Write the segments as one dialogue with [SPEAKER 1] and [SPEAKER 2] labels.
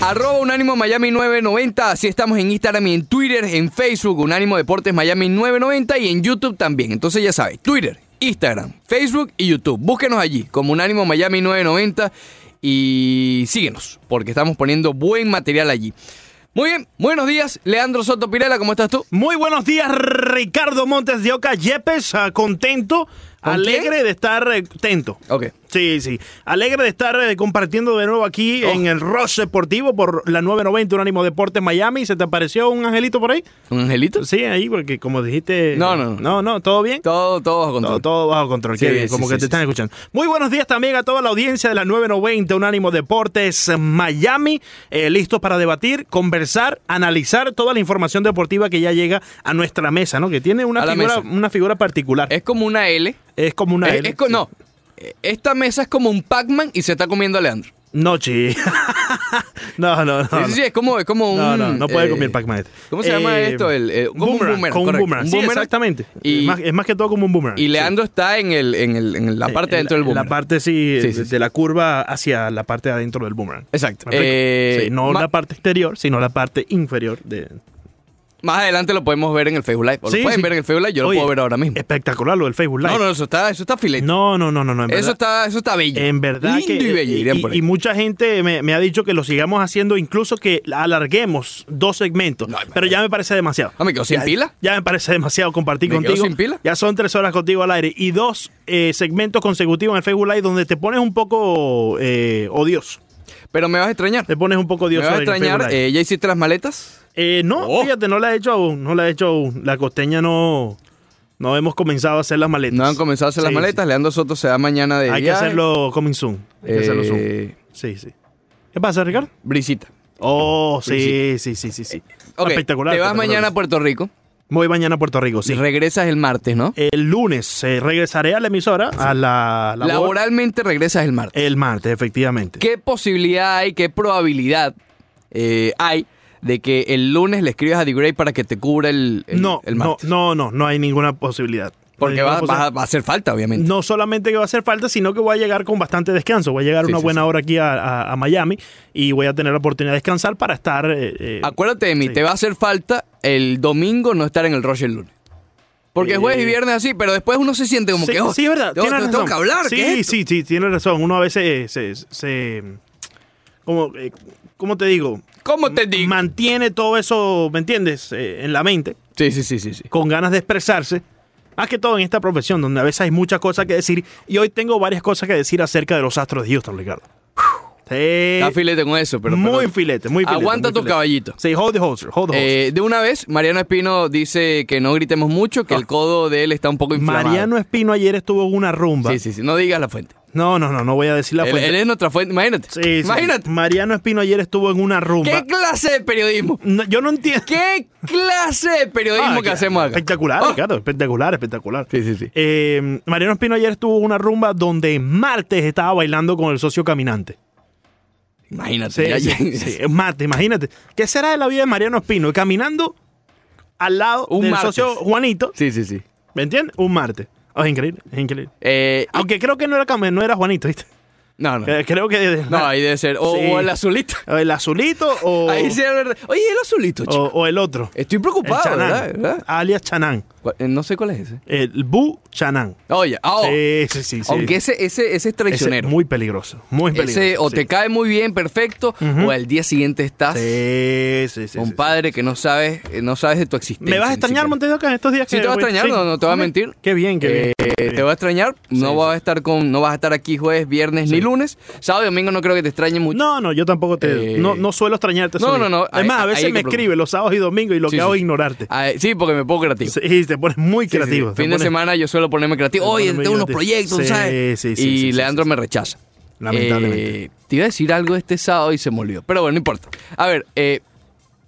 [SPEAKER 1] Arroba Unánimo Miami 990. Así estamos en Instagram y en Twitter, en Facebook, Unánimo Deportes Miami 990 y en YouTube también. Entonces ya sabes, Twitter, Instagram, Facebook y YouTube. Búsquenos allí como Unánimo Miami 990 y síguenos porque estamos poniendo buen material allí. Muy bien, buenos días, Leandro Soto Pirela, ¿cómo estás tú?
[SPEAKER 2] Muy buenos días, Ricardo Montes de Oca Yepes, ah, contento,
[SPEAKER 1] ¿Con
[SPEAKER 2] alegre
[SPEAKER 1] quién?
[SPEAKER 2] de estar eh, contento.
[SPEAKER 1] Ok.
[SPEAKER 2] Sí, sí, alegre de estar eh, compartiendo de nuevo aquí
[SPEAKER 1] Oh.
[SPEAKER 2] en el Rush Deportivo por la 990 Unánimo Deportes Miami. ¿Se te apareció un angelito por ahí?
[SPEAKER 1] ¿Un angelito?
[SPEAKER 2] Sí, ahí, porque como dijiste...
[SPEAKER 1] No, no, no.
[SPEAKER 2] No, no, ¿todo bien?
[SPEAKER 1] Todo, todo bajo control.
[SPEAKER 2] Todo, todo bajo control,
[SPEAKER 1] Sí,
[SPEAKER 2] qué bien,
[SPEAKER 1] sí,
[SPEAKER 2] como
[SPEAKER 1] sí,
[SPEAKER 2] que te
[SPEAKER 1] sí,
[SPEAKER 2] están
[SPEAKER 1] sí.
[SPEAKER 2] escuchando. Muy buenos días también a toda la audiencia de la 990 Unánimo Deportes Miami, eh, listos para debatir, conversar, analizar toda la información deportiva que ya llega a nuestra mesa, ¿no? Que tiene una,
[SPEAKER 1] A la
[SPEAKER 2] figura,
[SPEAKER 1] mesa.
[SPEAKER 2] una figura particular. Es,
[SPEAKER 1] Es como una L.
[SPEAKER 2] como una
[SPEAKER 1] Es-
[SPEAKER 2] L.
[SPEAKER 1] es co- no, esta mesa es como un Pac-Man y se está comiendo a Leandro.
[SPEAKER 2] No, chi. no, Ah, no, no.
[SPEAKER 1] Sí, sí, sí, es como, es como un.
[SPEAKER 2] No, no, no puede
[SPEAKER 1] eh,
[SPEAKER 2] comer Pac-Man.
[SPEAKER 1] ¿Cómo se llama
[SPEAKER 2] Eh,
[SPEAKER 1] esto? El, eh, como un
[SPEAKER 2] boomerang,
[SPEAKER 1] boomerang,
[SPEAKER 2] con un
[SPEAKER 1] correcto.
[SPEAKER 2] boomerang.
[SPEAKER 1] Un
[SPEAKER 2] Sí,
[SPEAKER 1] boomerang.
[SPEAKER 2] exactamente.
[SPEAKER 1] Y-
[SPEAKER 2] es, más, es más que todo como un boomerang.
[SPEAKER 1] Y
[SPEAKER 2] sí.
[SPEAKER 1] Leandro está en, el, en, el, en la parte de
[SPEAKER 2] Eh,
[SPEAKER 1] adentro del
[SPEAKER 2] la-
[SPEAKER 1] boomerang.
[SPEAKER 2] La parte sí,
[SPEAKER 1] Sí, sí,
[SPEAKER 2] de,
[SPEAKER 1] sí.
[SPEAKER 2] de la curva hacia la parte de adentro del boomerang.
[SPEAKER 1] Exacto.
[SPEAKER 2] ¿Me explico?
[SPEAKER 1] Eh,
[SPEAKER 2] Sí, no
[SPEAKER 1] ma-
[SPEAKER 2] la parte exterior, sino la parte inferior de.
[SPEAKER 1] Más adelante lo podemos ver en el Facebook Live. O
[SPEAKER 2] Sí,
[SPEAKER 1] lo pueden
[SPEAKER 2] sí.
[SPEAKER 1] ver en el Facebook Live, yo
[SPEAKER 2] Oye,
[SPEAKER 1] lo puedo ver ahora mismo.
[SPEAKER 2] Espectacular lo del Facebook Live.
[SPEAKER 1] No, no, eso está, eso está filete.
[SPEAKER 2] no, no, no, no, no, en
[SPEAKER 1] eso,
[SPEAKER 2] verdad.
[SPEAKER 1] está, eso está bello.
[SPEAKER 2] En verdad
[SPEAKER 1] Lindo
[SPEAKER 2] que
[SPEAKER 1] y bello,
[SPEAKER 2] y,
[SPEAKER 1] dirían por
[SPEAKER 2] y-
[SPEAKER 1] ahí.
[SPEAKER 2] y mucha gente me, me ha dicho que lo sigamos haciendo, incluso que alarguemos dos segmentos,
[SPEAKER 1] No, imagínate.
[SPEAKER 2] pero ya me parece demasiado.
[SPEAKER 1] Ah, me quedo sin
[SPEAKER 2] Ya-
[SPEAKER 1] pila.
[SPEAKER 2] Ya me parece demasiado compartir
[SPEAKER 1] ¿Me quedo
[SPEAKER 2] contigo.
[SPEAKER 1] sin pila?
[SPEAKER 2] Ya son tres horas contigo al aire y dos eh, segmentos consecutivos en el Facebook Live donde te pones un poco eh, odioso.
[SPEAKER 1] Pero me vas a extrañar.
[SPEAKER 2] Te pones un poco
[SPEAKER 1] Me
[SPEAKER 2] odioso.
[SPEAKER 1] vas a
[SPEAKER 2] en el Facebook
[SPEAKER 1] extrañar.
[SPEAKER 2] Live.
[SPEAKER 1] Eh, ¿Ya hiciste las maletas?
[SPEAKER 2] Eh, no,
[SPEAKER 1] Oh.
[SPEAKER 2] fíjate, no la he hecho aún, no la he hecho aún. La costeña no, no hemos comenzado a hacer las maletas.
[SPEAKER 1] No han comenzado a hacer las
[SPEAKER 2] Sí,
[SPEAKER 1] maletas. Leandro Soto se da mañana
[SPEAKER 2] sí.
[SPEAKER 1] de
[SPEAKER 2] Hay que
[SPEAKER 1] viaje.
[SPEAKER 2] hacerlo coming soon. Hay que hacerlo soon.
[SPEAKER 1] Eh,
[SPEAKER 2] Sí, sí. ¿Qué pasa, Ricardo?
[SPEAKER 1] Brisita.
[SPEAKER 2] Oh, sí, sí, sí, sí, sí.
[SPEAKER 1] Ok,
[SPEAKER 2] Espectacular.
[SPEAKER 1] Te vas
[SPEAKER 2] espectacular.
[SPEAKER 1] mañana a Puerto Rico.
[SPEAKER 2] Voy mañana a Puerto Rico, sí.
[SPEAKER 1] Regresas el martes, ¿no?
[SPEAKER 2] El lunes eh, regresaré a la emisora, a la labor-
[SPEAKER 1] Laboralmente regresas el martes.
[SPEAKER 2] El martes, efectivamente.
[SPEAKER 1] ¿Qué posibilidad hay, qué probabilidad eh, hay de que el lunes le escribas a The Grey para que te cubra el, el-
[SPEAKER 2] no,
[SPEAKER 1] el
[SPEAKER 2] no,
[SPEAKER 1] martes?
[SPEAKER 2] no, no, no hay ninguna posibilidad. No Eh, hay
[SPEAKER 1] Porque
[SPEAKER 2] ninguna
[SPEAKER 1] va,
[SPEAKER 2] posibilidad.
[SPEAKER 1] va a- va a hacer falta, obviamente.
[SPEAKER 2] No solamente que va a hacer falta, sino que voy a llegar con bastante descanso. Voy a llegar
[SPEAKER 1] Sí,
[SPEAKER 2] una
[SPEAKER 1] sí,
[SPEAKER 2] buena
[SPEAKER 1] sí.
[SPEAKER 2] hora aquí a, a- a Miami y voy a tener la oportunidad de descansar para estar. eh, eh,
[SPEAKER 1] Acuérdate de mí,
[SPEAKER 2] sí.
[SPEAKER 1] te va a hacer falta el domingo no estar en el Roger el lunes. Porque jueves y
[SPEAKER 2] Eh,
[SPEAKER 1] viernes así, pero después uno se siente como
[SPEAKER 2] sí,
[SPEAKER 1] que, oh,
[SPEAKER 2] sí, es verdad.
[SPEAKER 1] tengo,
[SPEAKER 2] tienes
[SPEAKER 1] tengo
[SPEAKER 2] razón.
[SPEAKER 1] que hablar,
[SPEAKER 2] Sí,
[SPEAKER 1] ¿qué es esto?
[SPEAKER 2] sí, sí, tienes razón. Uno a veces eh, se. se- como, eh, ¿Cómo te digo?
[SPEAKER 1] ¿Cómo te digo?
[SPEAKER 2] Mantiene todo eso, ¿me entiendes? Eh, en la mente,
[SPEAKER 1] Sí, sí, sí, sí, sí.
[SPEAKER 2] con ganas de expresarse. Más que todo en esta profesión, donde a veces hay muchas cosas que decir. Y hoy tengo varias cosas que decir acerca de los astros de Houston, Ricardo. Sí.
[SPEAKER 1] Está filete con eso, pero...
[SPEAKER 2] eh, muy
[SPEAKER 1] pero-
[SPEAKER 2] filete, muy filete.
[SPEAKER 1] Aguanta
[SPEAKER 2] muy
[SPEAKER 1] tu
[SPEAKER 2] filete.
[SPEAKER 1] caballito.
[SPEAKER 2] Sí, hold the holster, hold the holster.
[SPEAKER 1] Eh, de una vez, Mariano Espino dice que no gritemos mucho, que el codo de él está un poco inflamado.
[SPEAKER 2] Ah. Mariano Espino ayer estuvo en una rumba.
[SPEAKER 1] Sí, sí, sí. No digas la fuente.
[SPEAKER 2] No, no, no, no voy a decir la
[SPEAKER 1] él,
[SPEAKER 2] fuente.
[SPEAKER 1] él es nuestra fuente. Imagínate.
[SPEAKER 2] Sí, sí, sí.
[SPEAKER 1] Imagínate.
[SPEAKER 2] Mariano Espino ayer estuvo en una rumba.
[SPEAKER 1] ¿Qué clase de periodismo?
[SPEAKER 2] No, yo no entiendo.
[SPEAKER 1] ¿Qué clase de periodismo
[SPEAKER 2] Ah,
[SPEAKER 1] que hacemos acá?
[SPEAKER 2] Espectacular,
[SPEAKER 1] Ah.
[SPEAKER 2] Ricardo, espectacular, espectacular.
[SPEAKER 1] Sí, sí, sí.
[SPEAKER 2] Eh, Mariano Espino ayer estuvo en una rumba donde martes estaba bailando con el socio caminante.
[SPEAKER 1] Imagínate.
[SPEAKER 2] Sí,
[SPEAKER 1] ya-
[SPEAKER 2] sí,
[SPEAKER 1] ya-
[SPEAKER 2] sí, es martes, imagínate. ¿Qué será de la vida de Mariano Espino? Caminando al lado
[SPEAKER 1] Un
[SPEAKER 2] del
[SPEAKER 1] martes.
[SPEAKER 2] socio Juanito,
[SPEAKER 1] sí, sí, sí.
[SPEAKER 2] ¿me entiendes? Un martes. Oh, es increíble, es increíble.
[SPEAKER 1] Eh, y-
[SPEAKER 2] Aunque creo que no era, Cam- no era Juanito, ¿viste?
[SPEAKER 1] no, no.
[SPEAKER 2] Ah, Eh, Creo que
[SPEAKER 1] Ah. No, ahí debe ser. O,
[SPEAKER 2] Sí.
[SPEAKER 1] o el azulito.
[SPEAKER 2] el azulito o,
[SPEAKER 1] Ahí sí es verdad. Oye, el azulito,
[SPEAKER 2] o,
[SPEAKER 1] chico.
[SPEAKER 2] o el otro.
[SPEAKER 1] Estoy
[SPEAKER 2] El
[SPEAKER 1] preocupado,
[SPEAKER 2] Chanán,
[SPEAKER 1] ¿verdad? ¿verdad?
[SPEAKER 2] alias Chanán.
[SPEAKER 1] ¿Cuál- eh, No sé cuál es ese.
[SPEAKER 2] El Bu Chanán.
[SPEAKER 1] Oye, ah, oh.
[SPEAKER 2] Sí, sí, sí, sí.
[SPEAKER 1] aunque ese, ese, ese es
[SPEAKER 2] Ese es
[SPEAKER 1] traicionero.
[SPEAKER 2] muy peligroso. Muy
[SPEAKER 1] Ese,
[SPEAKER 2] peligroso.
[SPEAKER 1] o
[SPEAKER 2] sí.
[SPEAKER 1] te cae muy bien, perfecto,
[SPEAKER 2] Ujú.
[SPEAKER 1] o al día siguiente estás
[SPEAKER 2] Sí, sí, sí, sí.
[SPEAKER 1] compadre que no sabes, eh, no sabes de tu
[SPEAKER 2] sí.
[SPEAKER 1] existencia.
[SPEAKER 2] ¿Me vas a
[SPEAKER 1] ni
[SPEAKER 2] extrañar,
[SPEAKER 1] siquiera.
[SPEAKER 2] Montedoca, en estos días?
[SPEAKER 1] Sí,
[SPEAKER 2] que
[SPEAKER 1] te voy a
[SPEAKER 2] voy-
[SPEAKER 1] extrañar, no- no te voy a mentir.
[SPEAKER 2] Qué bien, qué bien.
[SPEAKER 1] Eh,
[SPEAKER 2] qué
[SPEAKER 1] te va a extrañar, no
[SPEAKER 2] Sí,
[SPEAKER 1] vas a estar con, no vas a estar aquí jueves, viernes, ni lunes, sábado y domingo no creo que te extrañe mucho.
[SPEAKER 2] No, no, yo tampoco te.
[SPEAKER 1] Eh,
[SPEAKER 2] no, no suelo extrañarte.
[SPEAKER 1] no,
[SPEAKER 2] Sony.
[SPEAKER 1] no, no,
[SPEAKER 2] Es más,
[SPEAKER 1] ahí-
[SPEAKER 2] a veces
[SPEAKER 1] ahí
[SPEAKER 2] me
[SPEAKER 1] que-
[SPEAKER 2] escribe los sábados y domingos y lo
[SPEAKER 1] Sí,
[SPEAKER 2] que
[SPEAKER 1] sí,
[SPEAKER 2] hago es
[SPEAKER 1] sí.
[SPEAKER 2] ignorarte.
[SPEAKER 1] Ah, eh, sí, porque me pongo creativo. Sí,
[SPEAKER 2] Sí, te pones muy
[SPEAKER 1] sí, sí.
[SPEAKER 2] creativo. te
[SPEAKER 1] Fin de
[SPEAKER 2] pones-
[SPEAKER 1] semana yo suelo ponerme creativo.
[SPEAKER 2] Te
[SPEAKER 1] Oye,
[SPEAKER 2] pones muy
[SPEAKER 1] tengo unos
[SPEAKER 2] creativo.
[SPEAKER 1] proyectos,
[SPEAKER 2] Sí,
[SPEAKER 1] ¿sabes?
[SPEAKER 2] sí, sí,
[SPEAKER 1] y
[SPEAKER 2] sí, sí,
[SPEAKER 1] Leandro
[SPEAKER 2] sí.
[SPEAKER 1] me rechaza.
[SPEAKER 2] Lamentablemente.
[SPEAKER 1] Eh, te iba a decir algo este sábado y se me olvidó. Pero bueno, no importa. A ver, eh,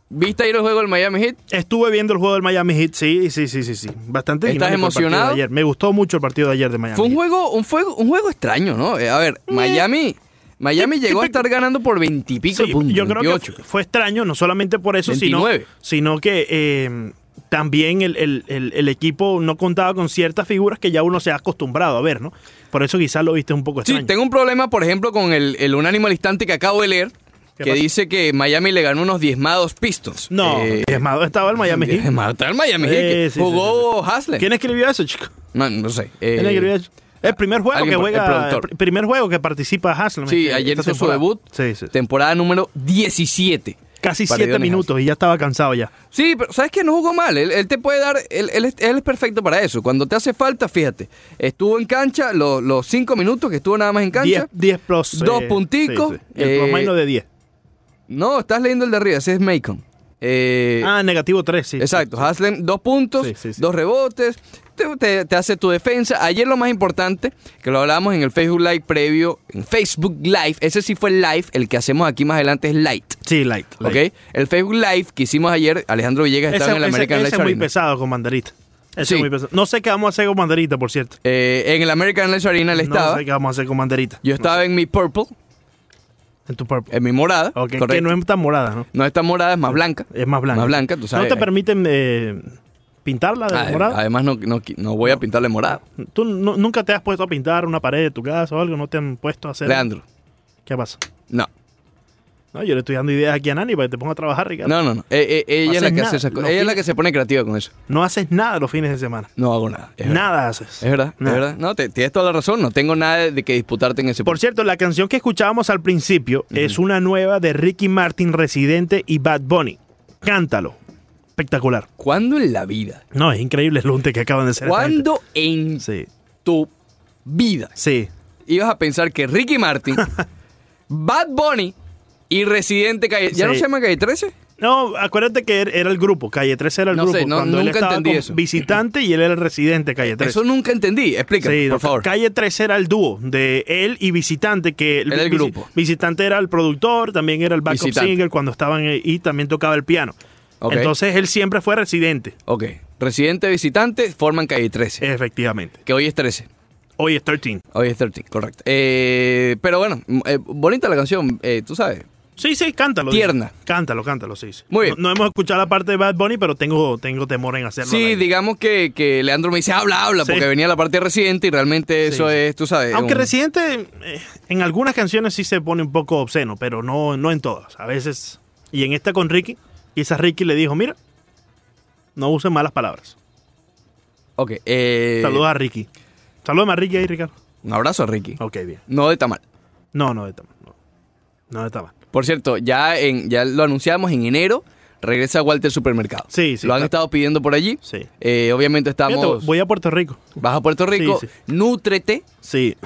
[SPEAKER 1] ¿viste ir al juego del Miami Heat?
[SPEAKER 2] Estuve viendo el juego del Miami Heat, sí, sí, sí, sí, sí. Bastante
[SPEAKER 1] ¿Estás
[SPEAKER 2] dinámico el partido
[SPEAKER 1] emocionado?
[SPEAKER 2] de ayer. Me gustó mucho el partido de ayer de Miami.
[SPEAKER 1] Fue un
[SPEAKER 2] Heat.
[SPEAKER 1] juego, un juego, un juego extraño, ¿no? Eh, a ver, Miami, Miami
[SPEAKER 2] Tip-
[SPEAKER 1] llegó a
[SPEAKER 2] típico.
[SPEAKER 1] estar ganando por 20 y pico
[SPEAKER 2] Sí,
[SPEAKER 1] puntos.
[SPEAKER 2] yo creo
[SPEAKER 1] 28.
[SPEAKER 2] que fue extraño, no solamente por eso, sino,
[SPEAKER 1] 29.
[SPEAKER 2] sino que eh, también el, el- el- el equipo no contaba con ciertas figuras que ya uno se ha acostumbrado a ver, ¿no? Por eso quizás lo viste un poco
[SPEAKER 1] Sí,
[SPEAKER 2] extraño.
[SPEAKER 1] tengo un problema, por ejemplo, con el, el unánimo al instante que acabo de leer.
[SPEAKER 2] ¿Qué
[SPEAKER 1] que
[SPEAKER 2] pasa?
[SPEAKER 1] dice que Miami le ganó unos diezmados Pistons.
[SPEAKER 2] No,
[SPEAKER 1] Eh,
[SPEAKER 2] diezmado estaba el Miami Heat. Eh,
[SPEAKER 1] diezmado está el Miami Heat, que
[SPEAKER 2] Sí, sí,
[SPEAKER 1] jugó Haslem.
[SPEAKER 2] ¿Quién escribió eso, chico?
[SPEAKER 1] No, no sé. eh,
[SPEAKER 2] ¿Quién escribió eso? El primer juego
[SPEAKER 1] alguien
[SPEAKER 2] que
[SPEAKER 1] por- el
[SPEAKER 2] juega,
[SPEAKER 1] productor.
[SPEAKER 2] el primer juego que participa Haslam.
[SPEAKER 1] sí,
[SPEAKER 2] este-
[SPEAKER 1] ayer hizo
[SPEAKER 2] esta
[SPEAKER 1] su
[SPEAKER 2] temporada.
[SPEAKER 1] debut.
[SPEAKER 2] Sí, sí.
[SPEAKER 1] Temporada número 17.
[SPEAKER 2] Casi
[SPEAKER 1] para
[SPEAKER 2] siete
[SPEAKER 1] Adonis
[SPEAKER 2] minutos y ya estaba cansado ya.
[SPEAKER 1] Sí, pero ¿sabes que No jugó mal. Él, él te puede dar. Él, él es, él es perfecto para eso. Cuando te hace falta, fíjate. Estuvo en cancha los, los cinco minutos que estuvo nada más en
[SPEAKER 2] Diez,
[SPEAKER 1] cancha.
[SPEAKER 2] diez plus. eh,
[SPEAKER 1] Dos punticos,
[SPEAKER 2] El
[SPEAKER 1] eh,
[SPEAKER 2] plus minus de 10.
[SPEAKER 1] No, estás leyendo el de arriba. Ese es Macon. Eh,
[SPEAKER 2] ah, negativo 3, sí.
[SPEAKER 1] exacto.
[SPEAKER 2] sí, sí.
[SPEAKER 1] Haslem, dos puntos,
[SPEAKER 2] Sí, sí, sí.
[SPEAKER 1] dos rebotes. Te, te- te hace tu defensa. Ayer lo más importante, que lo hablábamos en el Facebook Live previo, en Facebook Live. Ese sí fue live. El que hacemos aquí más adelante es light.
[SPEAKER 2] Sí, light.
[SPEAKER 1] ¿Ok?
[SPEAKER 2] light.
[SPEAKER 1] El Facebook Live que hicimos ayer, Alejandro Villegas
[SPEAKER 2] Ese,
[SPEAKER 1] estaba en el
[SPEAKER 2] ese-
[SPEAKER 1] American
[SPEAKER 2] ese
[SPEAKER 1] Lights
[SPEAKER 2] es muy
[SPEAKER 1] Arena.
[SPEAKER 2] pesado con banderita. Ese
[SPEAKER 1] Sí.
[SPEAKER 2] es muy pesado. No sé qué vamos a hacer con banderita, por cierto.
[SPEAKER 1] Eh, en el American Lights Arena él
[SPEAKER 2] No
[SPEAKER 1] estaba.
[SPEAKER 2] sé qué vamos a hacer con banderita.
[SPEAKER 1] Yo
[SPEAKER 2] No
[SPEAKER 1] estaba
[SPEAKER 2] sé.
[SPEAKER 1] en mi purple,
[SPEAKER 2] en tu purple.
[SPEAKER 1] en mi morada.
[SPEAKER 2] Ok, que
[SPEAKER 1] correcto.
[SPEAKER 2] no es tan morada, ¿no?
[SPEAKER 1] No está morada, es más blanca.
[SPEAKER 2] Es más blanca.
[SPEAKER 1] Más blanca, tú sabes.
[SPEAKER 2] ¿No te permiten eh, pintarla de
[SPEAKER 1] Ade-
[SPEAKER 2] morada?
[SPEAKER 1] Además, no, no, no voy a pintarle morada.
[SPEAKER 2] ¿Tú nu- nunca te has puesto a pintar una pared de tu casa o algo? ¿No te han puesto a hacer?
[SPEAKER 1] Leandro,
[SPEAKER 2] ¿Qué pasa?
[SPEAKER 1] no.
[SPEAKER 2] No, yo le estoy dando ideas aquí a Nani para que te ponga a trabajar, Ricardo.
[SPEAKER 1] No, no, no. Eh, eh, ella es la
[SPEAKER 2] haces
[SPEAKER 1] que
[SPEAKER 2] nada.
[SPEAKER 1] hace esas cosas.
[SPEAKER 2] Lo
[SPEAKER 1] Ella es la
[SPEAKER 2] fin-
[SPEAKER 1] que se pone creativa con eso.
[SPEAKER 2] No haces nada los fines de semana.
[SPEAKER 1] No hago nada. Es verdad.
[SPEAKER 2] nada haces.
[SPEAKER 1] Es verdad,
[SPEAKER 2] Nada.
[SPEAKER 1] es verdad. No, te- tienes toda la razón. No tengo nada de, de que disputarte en ese
[SPEAKER 2] Por
[SPEAKER 1] punto.
[SPEAKER 2] cierto, la canción que escuchábamos al principio es una nueva de Ricky Martin, Residente y Bad Bunny. Cántalo. Espectacular.
[SPEAKER 1] ¿Cuándo en la vida?
[SPEAKER 2] No, es increíble el lunte que acaban de hacer. esta gente.
[SPEAKER 1] ¿Cuándo en
[SPEAKER 2] Sí.
[SPEAKER 1] tu vida
[SPEAKER 2] Sí.
[SPEAKER 1] ibas a pensar que Ricky Martin, Bad Bunny y Residente Calle... ¿Ya no
[SPEAKER 2] Sí.
[SPEAKER 1] se llama Calle 13?
[SPEAKER 2] No, acuérdate que er- era el grupo, Calle 13 era el
[SPEAKER 1] No sé,
[SPEAKER 2] grupo.
[SPEAKER 1] no-
[SPEAKER 2] cuando él
[SPEAKER 1] nunca
[SPEAKER 2] estaba
[SPEAKER 1] entendí
[SPEAKER 2] como
[SPEAKER 1] eso.
[SPEAKER 2] visitante y él era el residente, Calle 13.
[SPEAKER 1] Eso nunca entendí. Explícame,
[SPEAKER 2] Sí,
[SPEAKER 1] por
[SPEAKER 2] no,
[SPEAKER 1] favor.
[SPEAKER 2] Calle 13 era el dúo de él y Visitante, que
[SPEAKER 1] Era el
[SPEAKER 2] visi-
[SPEAKER 1] grupo.
[SPEAKER 2] Visitante era el productor, también era el backup
[SPEAKER 1] Visitante.
[SPEAKER 2] singer cuando estaban eh, y también tocaba el piano.
[SPEAKER 1] Ok.
[SPEAKER 2] Entonces él siempre fue residente,
[SPEAKER 1] Ok. Residente visitante forman calle 13.
[SPEAKER 2] Eh. efectivamente.
[SPEAKER 1] que hoy es 13.
[SPEAKER 2] Hoy es 13.
[SPEAKER 1] Hoy es 13, correcto. Eh, pero bueno, m- eh, bonita la canción, eh, tú sabes.
[SPEAKER 2] Sí, sí, cántalo.
[SPEAKER 1] Tierna.
[SPEAKER 2] dice. Cántalo, cántalo, sí. sí.
[SPEAKER 1] Muy bien.
[SPEAKER 2] No, no hemos escuchado la parte de Bad Bunny, pero tengo, tengo temor en hacerlo. al
[SPEAKER 1] Sí,
[SPEAKER 2] aire.
[SPEAKER 1] digamos que, que Leandro me dice, habla, habla,
[SPEAKER 2] Sí.
[SPEAKER 1] porque venía la parte de Residente y realmente
[SPEAKER 2] Sí,
[SPEAKER 1] eso
[SPEAKER 2] sí.
[SPEAKER 1] es, tú sabes.
[SPEAKER 2] Aunque
[SPEAKER 1] un-
[SPEAKER 2] Residente eh, en algunas canciones sí se pone un poco obsceno, pero no, no en todas. A veces, y en esta con Ricky, quizás Ricky le dijo, mira, no usen malas palabras.
[SPEAKER 1] Ok. eh,
[SPEAKER 2] Saludos a Ricky. Saludos a Ricky ahí, Ricardo.
[SPEAKER 1] Un abrazo a Ricky.
[SPEAKER 2] Ok, bien.
[SPEAKER 1] No de tamal.
[SPEAKER 2] No, no, está mal. No, no está mal.
[SPEAKER 1] Por cierto, ya, en, ya lo anunciamos en enero, regresa Walter Supermercado.
[SPEAKER 2] Sí, sí,
[SPEAKER 1] Lo han
[SPEAKER 2] claro.
[SPEAKER 1] estado pidiendo por allí.
[SPEAKER 2] Sí.
[SPEAKER 1] Eh, obviamente estamos...
[SPEAKER 2] Fíjate, voy a Puerto Rico.
[SPEAKER 1] Vas a Puerto Rico,
[SPEAKER 2] Sí, sí.
[SPEAKER 1] nútrete.
[SPEAKER 2] Sí.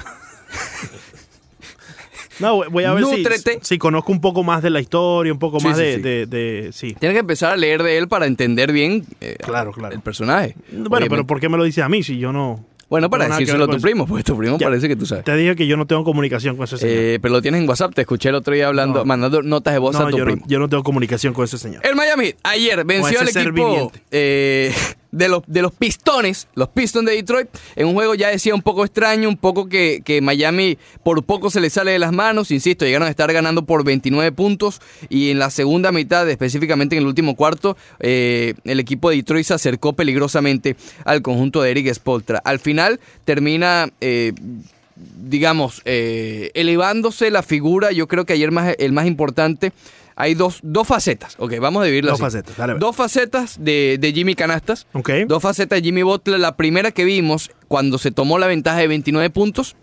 [SPEAKER 2] no, voy- voy a ver si,
[SPEAKER 1] Nútrete.
[SPEAKER 2] si conozco un poco más de la historia, un poco
[SPEAKER 1] Sí,
[SPEAKER 2] más
[SPEAKER 1] sí,
[SPEAKER 2] de,
[SPEAKER 1] sí.
[SPEAKER 2] de- de- Sí,
[SPEAKER 1] Tienes que empezar a leer de él para entender bien eh,
[SPEAKER 2] claro,
[SPEAKER 1] el
[SPEAKER 2] claro.
[SPEAKER 1] personaje.
[SPEAKER 2] Bueno, pero
[SPEAKER 1] obviamente.
[SPEAKER 2] ¿por qué me lo dices a mí si yo no...
[SPEAKER 1] bueno, para
[SPEAKER 2] no tengo nada que
[SPEAKER 1] decírselo a
[SPEAKER 2] ver con
[SPEAKER 1] tu
[SPEAKER 2] eso?
[SPEAKER 1] primo, porque tu primo
[SPEAKER 2] Ya.
[SPEAKER 1] parece que tú sabes.
[SPEAKER 2] Te dije que yo no tengo comunicación con ese señor.
[SPEAKER 1] Eh, pero lo tienes en WhatsApp, te escuché el otro día hablando,
[SPEAKER 2] No.
[SPEAKER 1] mandando notas de voz a
[SPEAKER 2] no,
[SPEAKER 1] tu
[SPEAKER 2] yo no,
[SPEAKER 1] primo. Eh,
[SPEAKER 2] yo no tengo comunicación con ese señor.
[SPEAKER 1] El Miami Heat ayer venció
[SPEAKER 2] ese
[SPEAKER 1] al
[SPEAKER 2] ser
[SPEAKER 1] equipo
[SPEAKER 2] viviente.
[SPEAKER 1] eh, de, los, de los Pistones, los Pistons de Detroit, en un juego ya decía un poco extraño, un poco que, que Miami por poco se le sale de las manos, insisto, llegaron a estar ganando por 29 puntos y en la segunda mitad, específicamente en el último cuarto, eh, el equipo de Detroit se acercó peligrosamente al conjunto de Eric Spoltra. Al final termina... eh, digamos, eh, elevándose la figura, yo creo que ayer más, el más importante, hay dos, dos facetas. Ok, vamos a dividirlas.
[SPEAKER 2] Dos facetas, dale, pues. a ver.
[SPEAKER 1] Dos facetas de, de Jimmy Canastas.
[SPEAKER 2] Ok.
[SPEAKER 1] Dos facetas de Jimmy Butler. La primera que vimos cuando se tomó la ventaja de 29 puntos,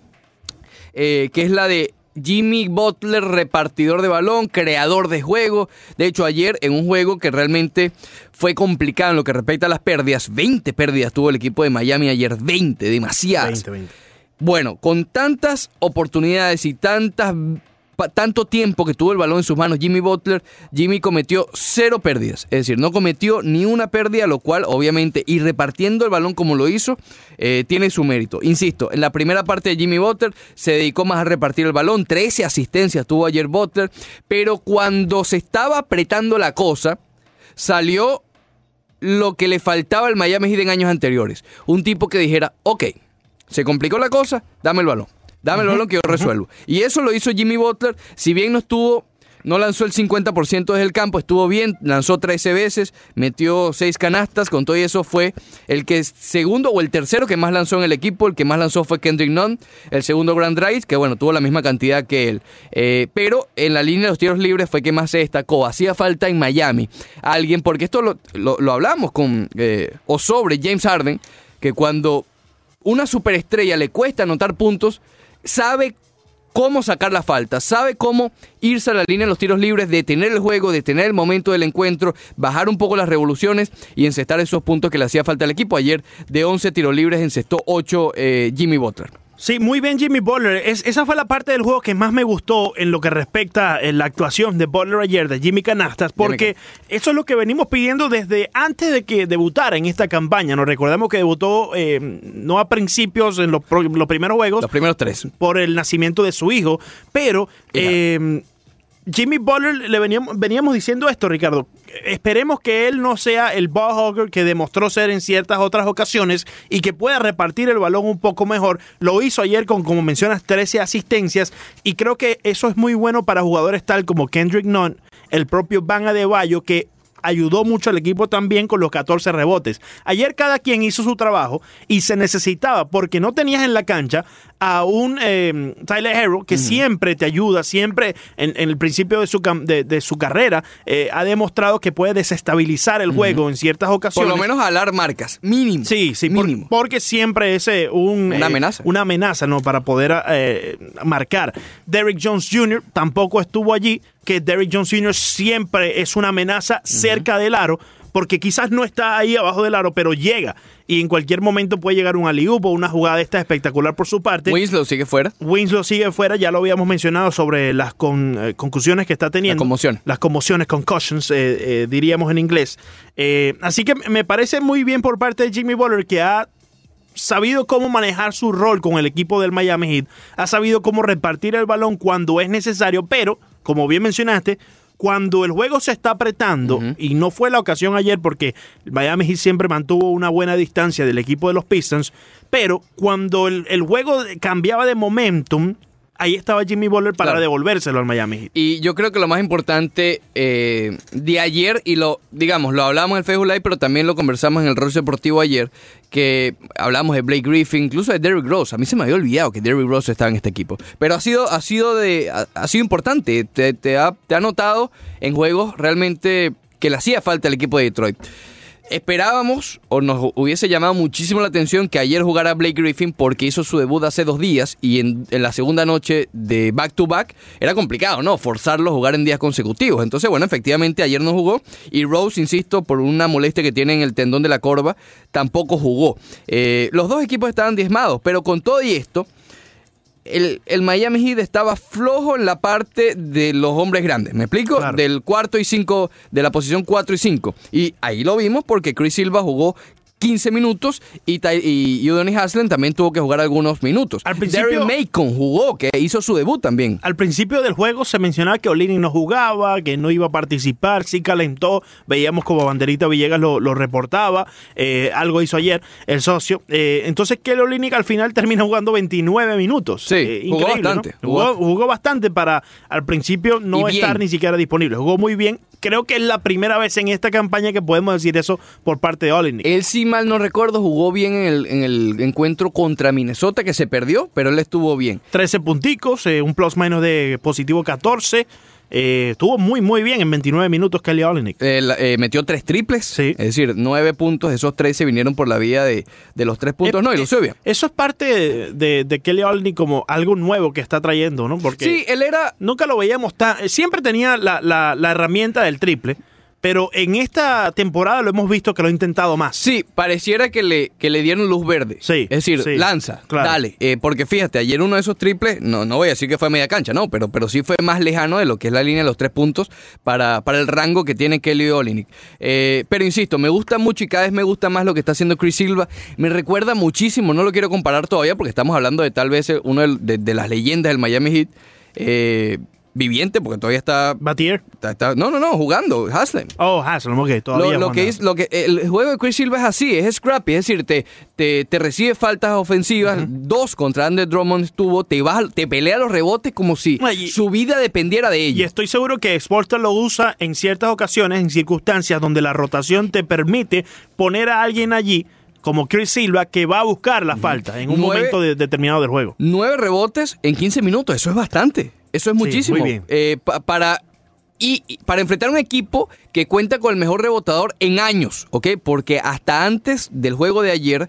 [SPEAKER 1] eh, que es la de Jimmy Butler, repartidor de balón, creador de juego. De hecho, ayer en un juego que realmente fue complicado en lo que respecta a las pérdidas, 20 pérdidas tuvo el equipo de Miami ayer, 20, demasiadas.
[SPEAKER 2] 20, 20.
[SPEAKER 1] Bueno, con tantas oportunidades y tantas, pa- tanto tiempo que tuvo el balón en sus manos Jimmy Butler, Jimmy cometió cero pérdidas. Es decir, no cometió ni una pérdida, lo cual obviamente, y repartiendo el balón como lo hizo, eh, tiene su mérito. Insisto, en la primera parte de Jimmy Butler se dedicó más a repartir el balón, 13 asistencias tuvo ayer Butler, pero cuando se estaba apretando la cosa, salió lo que le faltaba al Miami Heat en años anteriores. Un tipo que dijera, ok, se complicó la cosa, dame el balón. Dame el balón que yo resuelvo. Y eso lo hizo Jimmy Butler, si bien no estuvo No lanzó el 50% desde el campo, estuvo bien, lanzó 13 veces, metió 6 canastas, con todo y eso fue el que es segundo o el tercero que más lanzó en el equipo, el que más lanzó fue Kendrick Nunn, el segundo Grand Rice, que bueno, tuvo la misma cantidad que él. Eh, pero en la línea de los tiros libres fue que más se destacó. Hacía falta en Miami alguien, porque esto lo, lo- lo hablamos con eh, o sobre James Harden, que cuando una superestrella le cuesta anotar puntos, sabe cómo sacar la falta, sabe cómo irse a la línea en los tiros libres, detener el juego, detener el momento del encuentro, bajar un poco las revoluciones y encestar esos puntos que le hacía falta al equipo. Ayer de 11 tiros libres encestó 8 Jimmy Butler.
[SPEAKER 2] Sí, muy bien Jimmy Butler. Es- esa fue la parte del juego que más me gustó en lo que respecta a la actuación de Butler ayer, de Jimmy Canastas, porque eso es lo que venimos pidiendo desde antes de que debutara en esta campaña. Nos recordamos que debutó eh, no a principios, en los, pro- los primeros juegos,
[SPEAKER 1] Los primeros tres.
[SPEAKER 2] por el nacimiento de su hijo, pero...
[SPEAKER 1] Hija.
[SPEAKER 2] eh, Jimmy Butler, le veníamos, veníamos diciendo esto, Ricardo. Esperemos que él no sea el ball hogger que demostró ser en ciertas otras ocasiones y que pueda repartir el balón un poco mejor. Lo hizo ayer con, como mencionas, 13 asistencias y creo que eso es muy bueno para jugadores tal como Kendrick Nunn, el propio Van Adebayo, que ayudó mucho al equipo también con los 14 rebotes. Ayer cada quien hizo su trabajo y se necesitaba porque no tenías en la cancha a un eh, Tyler Hero que siempre te ayuda, siempre en, en el principio de su, cam- de, de su carrera eh, ha demostrado que puede desestabilizar el juego en ciertas
[SPEAKER 1] Por
[SPEAKER 2] ocasiones.
[SPEAKER 1] lo menos alar marcas, mínimo.
[SPEAKER 2] Sí, sí, por-
[SPEAKER 1] mínimo.
[SPEAKER 2] porque siempre es eh, un,
[SPEAKER 1] Una
[SPEAKER 2] eh,
[SPEAKER 1] amenaza.
[SPEAKER 2] Una amenaza, ¿no? Para poder eh, marcar. Derrick Jones Jr. tampoco estuvo allí, que Derrick Jones Jr. siempre es una amenaza cerca del aro, porque quizás no está ahí abajo del aro, pero llega. Y en cualquier momento puede llegar un aliupo, una jugada esta espectacular por su parte.
[SPEAKER 1] Winslow sigue fuera.
[SPEAKER 2] Winslow sigue fuera, ya lo habíamos mencionado sobre las con- eh, concussiones que está teniendo.
[SPEAKER 1] La conmoción.
[SPEAKER 2] Las conmociones, concussions, eh, eh, diríamos en inglés. Eh, así que me parece muy bien por parte de Jimmy Butler que ha sabido cómo manejar su rol con el equipo del Miami Heat, ha sabido cómo repartir el balón cuando es necesario, pero, como bien mencionaste, cuando el juego se está apretando, y no fue la ocasión ayer porque el Miami Heat siempre mantuvo una buena distancia del equipo de los Pistons, pero cuando el, el juego cambiaba de momentum, ahí estaba Jimmy Butler para
[SPEAKER 1] Claro.
[SPEAKER 2] devolvérselo al Miami Heat.
[SPEAKER 1] Y yo creo que lo más importante eh, de ayer, y lo, digamos, lo hablamos en el Facebook Live, pero también lo conversamos en el Rose Deportivo ayer, que hablamos de Blake Griffin, incluso de Derrick Rose. A mí se me había olvidado que Derrick Rose estaba en este equipo. Pero ha sido, ha sido de. ha, ha sido importante. Te, te ha, te ha notado en juegos realmente que le hacía falta al equipo de Detroit. Esperábamos o nos hubiese llamado muchísimo la atención que ayer jugara Blake Griffin porque hizo su debut hace dos días y en, en la segunda noche de back to back era complicado, ¿no? Forzarlo a jugar en días consecutivos. Entonces, bueno, efectivamente ayer no jugó y Rose, insisto, por una molestia que tiene en el tendón de la corva, tampoco jugó. Eh, los dos equipos estaban diezmados, pero con todo y esto, el, el Miami Heat estaba flojo en la parte de los hombres grandes. ¿Me explico?
[SPEAKER 2] Claro.
[SPEAKER 1] Del cuarto y cinco, de la posición 4 y 5. Y ahí lo vimos porque Chris Silva jugó 15 minutos y, Ty- y Udonis Haslem también tuvo que jugar algunos minutos.
[SPEAKER 2] Al principio-
[SPEAKER 1] Darren Macon jugó, que hizo su debut también.
[SPEAKER 2] Al principio del juego se mencionaba que Olini no jugaba, que no iba a participar, sí calentó, veíamos como Banderita Villegas lo, lo reportaba, eh, algo hizo ayer el socio. Eh, entonces que Olini al final termina jugando 29 minutos.
[SPEAKER 1] Sí,
[SPEAKER 2] Eh,
[SPEAKER 1] jugó
[SPEAKER 2] increíble, ¿no?
[SPEAKER 1] bastante, jugó
[SPEAKER 2] Jugó, jugó bastante para al principio no
[SPEAKER 1] Y
[SPEAKER 2] estar
[SPEAKER 1] bien.
[SPEAKER 2] ni siquiera disponible. Jugó muy bien. Creo que es la primera vez en esta campaña que podemos decir eso por parte de Olini.
[SPEAKER 1] Él, si mal no recuerdo, jugó bien en el, en el encuentro contra Minnesota, que se perdió, pero él estuvo bien.
[SPEAKER 2] 13 punticos, eh, un plus menos de positivo 14. Eh, estuvo muy, muy bien en 29 minutos Kelly Olynyk.
[SPEAKER 1] Eh, la- eh, metió tres triples,
[SPEAKER 2] Sí.
[SPEAKER 1] es decir, nueve puntos, esos tres se vinieron por la vía de, de los tres puntos,
[SPEAKER 2] Eh,
[SPEAKER 1] no, y lo
[SPEAKER 2] eh,
[SPEAKER 1] hizo bien.
[SPEAKER 2] Eso es parte de, de- de Kelly Olney como algo nuevo que está trayendo, ¿no? Porque
[SPEAKER 1] Sí, él era
[SPEAKER 2] nunca lo veíamos tan. eh, Siempre tenía la, la- la herramienta del triple, pero en esta temporada lo hemos visto que lo ha intentado más.
[SPEAKER 1] Sí, pareciera que le, que le dieron luz verde.
[SPEAKER 2] Sí,
[SPEAKER 1] Es decir,
[SPEAKER 2] sí,
[SPEAKER 1] lanza,
[SPEAKER 2] claro.
[SPEAKER 1] dale. Eh, porque fíjate, ayer uno de esos triples, no, no voy a decir que fue media cancha, no, pero, pero sí fue más lejano de lo que es la línea de los tres puntos para, para el rango que tiene Kelly Olinick. pero insisto, me gusta mucho y cada vez me gusta más lo que está haciendo Chris Silva. Me recuerda muchísimo, no lo quiero comparar todavía porque estamos hablando de tal vez uno del- de, de las leyendas del Miami Heat. Eh, viviente, porque todavía está,
[SPEAKER 2] Batier.
[SPEAKER 1] está- está- no, no, no, jugando, Haslem.
[SPEAKER 2] Oh, Haslam, ok,
[SPEAKER 1] Lo,
[SPEAKER 2] todavía.
[SPEAKER 1] lo
[SPEAKER 2] Juan,
[SPEAKER 1] que
[SPEAKER 2] no.
[SPEAKER 1] es, lo que, el juego de Chris Silva es así, es scrappy, es decir, te, te, te recibe faltas ofensivas, dos contra Andre Drummond estuvo, te, vas, al- te pelea los rebotes como si
[SPEAKER 2] Ay, y-
[SPEAKER 1] su vida dependiera de
[SPEAKER 2] Y
[SPEAKER 1] ello.
[SPEAKER 2] estoy seguro que Sportster lo usa en ciertas ocasiones, en circunstancias donde la rotación te permite poner a alguien allí, como Chris Silva, que va a buscar la falta en un
[SPEAKER 1] Nueve-
[SPEAKER 2] momento de- determinado del juego.
[SPEAKER 1] Nueve rebotes en 15 minutos, eso es bastante, eso es muchísimo.
[SPEAKER 2] muy bien.
[SPEAKER 1] Eh, pa- para, y, y para enfrentar un equipo que cuenta con el mejor rebotador en años, ¿ok? Porque hasta antes del juego de ayer,